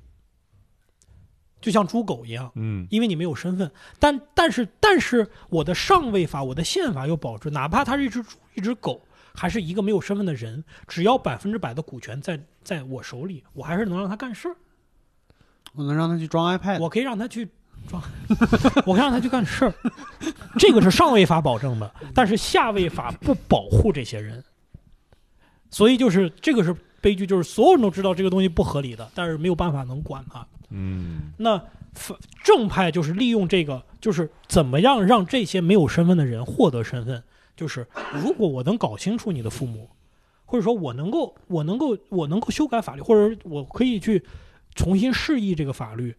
就像猪狗一样，嗯因为你没有身份。但但是但是，我的上位法，我的宪法又保证，哪怕它是一只猪、一只狗，还是一个没有身份的人，只要百分之百的股权在在我手里，我还是能让他干事儿，我能让他 去装 iPad，我可以让他去。装， 我可以让他去干事儿，这个是上位法保证的，但是下位法不保护这些人，所以就是这个是悲剧，就是所有人都知道这个东西不合理的，但是没有办法能管它。嗯那反正派就是利用这个，就是怎么样让这些没有身份的人获得身份。就是如果我能搞清楚你的父母，或者说我能够，我能够，我能够修改法律，或者我可以去重新释义这个法律，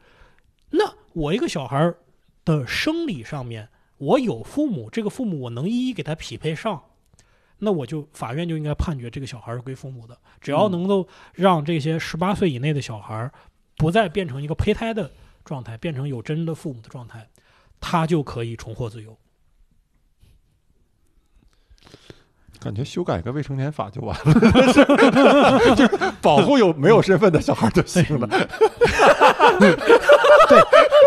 那我一个小孩儿的生理上面，我有父母，这个父母我能一一给他匹配上。那我就法院就应该判决这个小孩儿是归父母的。只要能够让这些十八岁以内的小孩儿不再变成一个胚胎的状态，变成有真的父母的状态，他就可以重获自由。感觉修改个未成年法就完了， 就是保护有没有身份的小孩就行 了。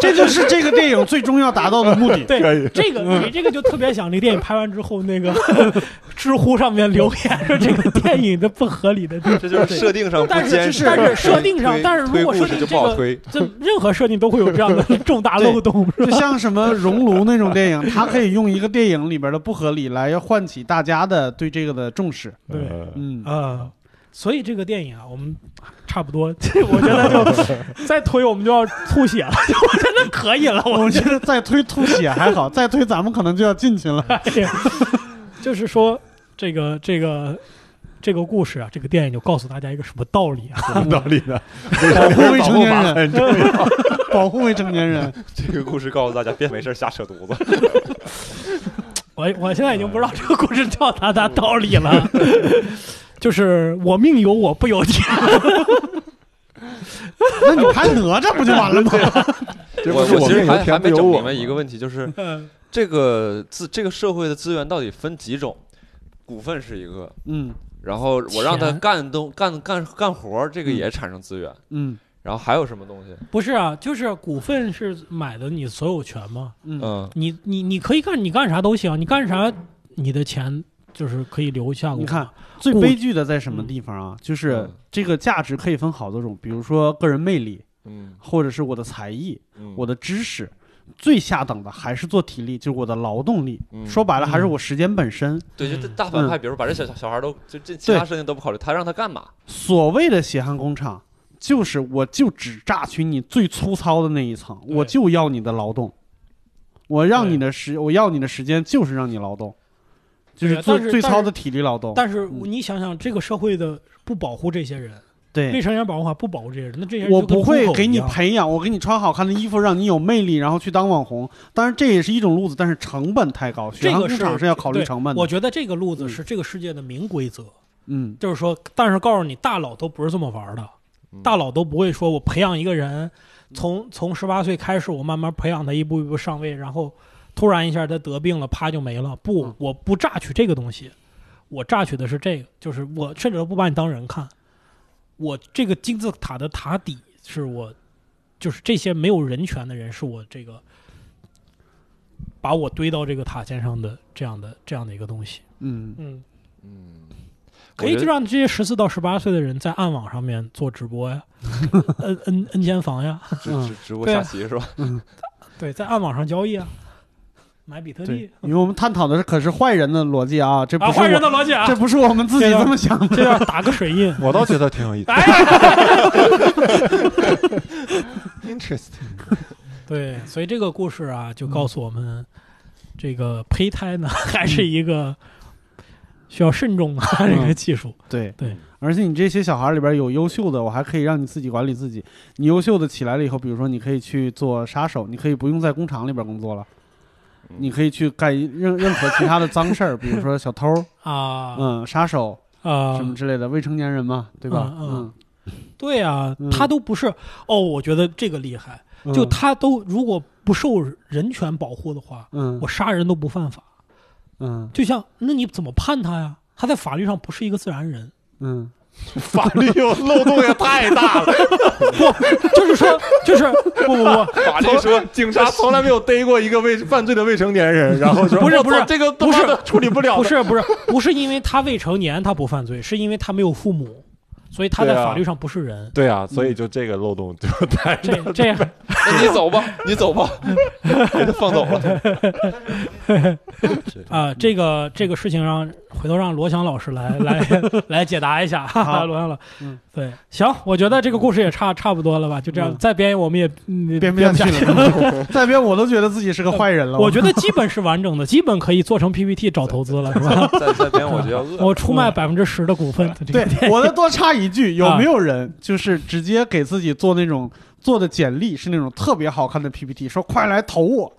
这就是这个电影最终要达到的目的。对可以， 这个你这个就特别想，这个电影拍完之后，那个知乎上面留言说这个电影的不合理的地方。 这就是设定上不但是就坚是实，但 是设定上推但是如推果故设事定就这不好个推，这任何设定都会有这样的重大漏洞，嗯是 就吧？像什么《熔炉》那种电影，它可以用一个电影里边的不合理来唤起大家的对这个的重视。对呃嗯， 啊，所以这个电影啊，我们差不多， 这我觉得 就再推我们就要吐血了，就我觉得可以了，我我们觉得再推吐血还好，再推咱们可能就要进去了。这样，就是说这个这个这个故事啊，这个电影就告诉大家一个什么道理啊？有道理 的，保护未成保年护法人，保护未成年人。这个故事告诉大家别没事儿瞎扯犊子。我我现在已经不知道这个故事叫啥啥道理了， 就是我命由我不由天。那你拍哪吒不就完了吗？这不我是其实命由还还天不没由整我明白一个吗问题，就是这个资这个社会的资源到底分几种？股份是一个， 嗯然后我让他钱干东干干干活儿，这个也产生资源。嗯然后还有什么东西？ 不是啊，就是股份是买的你所有权嘛，嗯嗯，你你你可以干你干啥都行，你干啥你的钱就是可以留下。你看，最悲剧的在什么地方啊？就是嗯这个价值可以分好多种，比如说个人魅力，嗯，或者是我的才艺、嗯我的知识。最下等的还是做体力，就是我的劳动力。嗯说白了，还是我时间本身。对，就这嗯大反派，比如把这小小小孩儿都就这其他事情都不考虑，他让他干嘛？所谓的血汗工厂，就是我就只榨取你最粗糙的那一层，对我就要你的劳动，我让对你的时，我要你的时间就是让你劳动，对就是啊最但是最但糙是的体力劳动。但是你想想，这个社会的不保护这些人，未对，成年保护法不保护这些人，那这些人哎我就跟不会猪狗给一你样培养，我给你穿好看的衣服，让你有魅力，然后去当网红。当然这也是一种路子，但是成本太高，血这汗个工厂是是要考虑对成本我的。觉得这个路子嗯是这个世界的明规则，嗯，就是说，但是告诉你，大佬都不是这么玩儿的，嗯大佬都不会说我培养一个人，从从十八岁开始，我慢慢培养他，一步一步上位，然后突然一下他得病了，啪就没了。不嗯，我不榨取这个东西，我榨取的是这个，就是我甚至都不把你当人看，我这个金字塔的塔底是我，就是这些没有人权的人是我这个。把我堆到这个塔尖上的这样的这样的一个东西，嗯，嗯，嗯，我可以觉就得让这些十四到十八岁的人在暗网上面做直播 呀，摁摁摁间房呀，直嗯直直播对啊下棋是吧？对，在暗网上交易啊，买比特对币，因为我们探讨的是可是坏人的逻辑啊，这不啊，是坏人我，的逻辑啊这，不是我们自己这个这么想的。这要打个水印。我倒觉得挺有意思哎呀， ，interesting。对，所以这个故事啊，就告诉我们，这个胚胎 呢，还是一个需要慎重的 嗯这个技术。对对，而且你这些小孩里边有优秀的，我还可以让你自己管理自己。你优秀的起来了以后，比如说你可以去做杀手，你可以不用在工厂里边工作了，嗯你可以去干一任任何其他的脏事儿，比如说小偷，啊嗯，杀手啊什，么之类的，未成年人嘛，对吧？嗯嗯，对啊嗯，他都不是哦，我觉得这个厉害，嗯就他都如果不受人权保护的话，嗯我杀人都不犯法。嗯就像那你怎么判他呀？他在法律上不是一个自然人，嗯法律有漏洞也太大 了，就是说，就是不不不，法律说警察从来没有逮过一个未犯罪的未成年人，然后说不是我不是操这个不他妈是的处理不了的，不是不是不是因为他未成年他不犯罪，是因为他没有父母，所以他在对啊法律上不是人。对啊，所以就这个漏洞就太大这这样， 那你走吧，你 走吧， 给他放走了。啊、这个这个事情让回头让罗翔老师来来来解答一下，哈哈，好罗翔老，嗯，对，行，我觉得这个故事也差差不多了吧，就这样，嗯再编我们也嗯编不下去了， 再编我都觉得自己是个坏人呃了。我觉得基本是完整的，基本可以做成 PPT 找投资了，是 吧？在在边我就要饿了。我出卖百分之十的股份，这个对，我再多插一句，啊有没有人就是直接给自己做那种做的简历是那种特别好看的 PPT，说快来投我，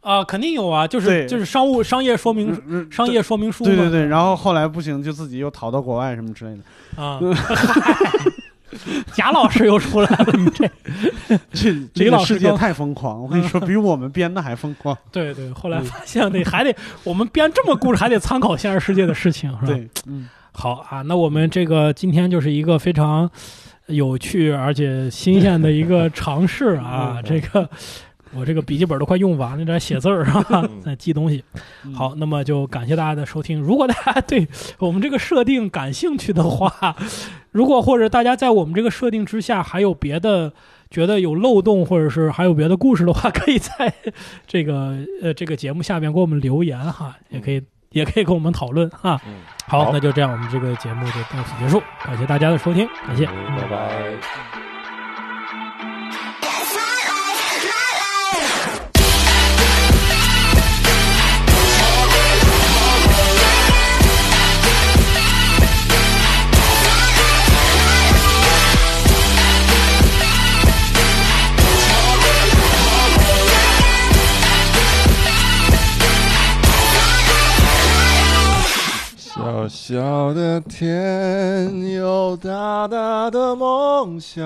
啊，肯定有啊，就对是就是商务商业说明嗯商业说明书嘛，嗯对对对，然后后来不行，就自己又逃到国外什么之类的。啊。 贾老师又出来了，你 这这这李个老师世界刚太疯狂，我 跟你说，比我们编的还疯狂。对对，后来发现得还得我们编这么故事，还得参考现实世界的事情，是吧？对，嗯，，好啊，那我们这个今天就是一个非常有趣而且新鲜的一个尝试啊这个。我这个笔记本都快用完了，在写字儿啊，在记东西。嗯好，那么就感谢大家的收听。如果大家对我们这个设定感兴趣的话， 如果或者大家在我们这个设定之下还有别的觉得有漏洞，或者是还有别的故事的话， 可以在这个呃这个节目下面给我们留言哈，也可以也可以跟我们讨论哈。嗯好好，那就这样，我们这个节目就到此结束，感谢大家的收听，感谢，嗯拜拜。小小的天，有大大的梦想。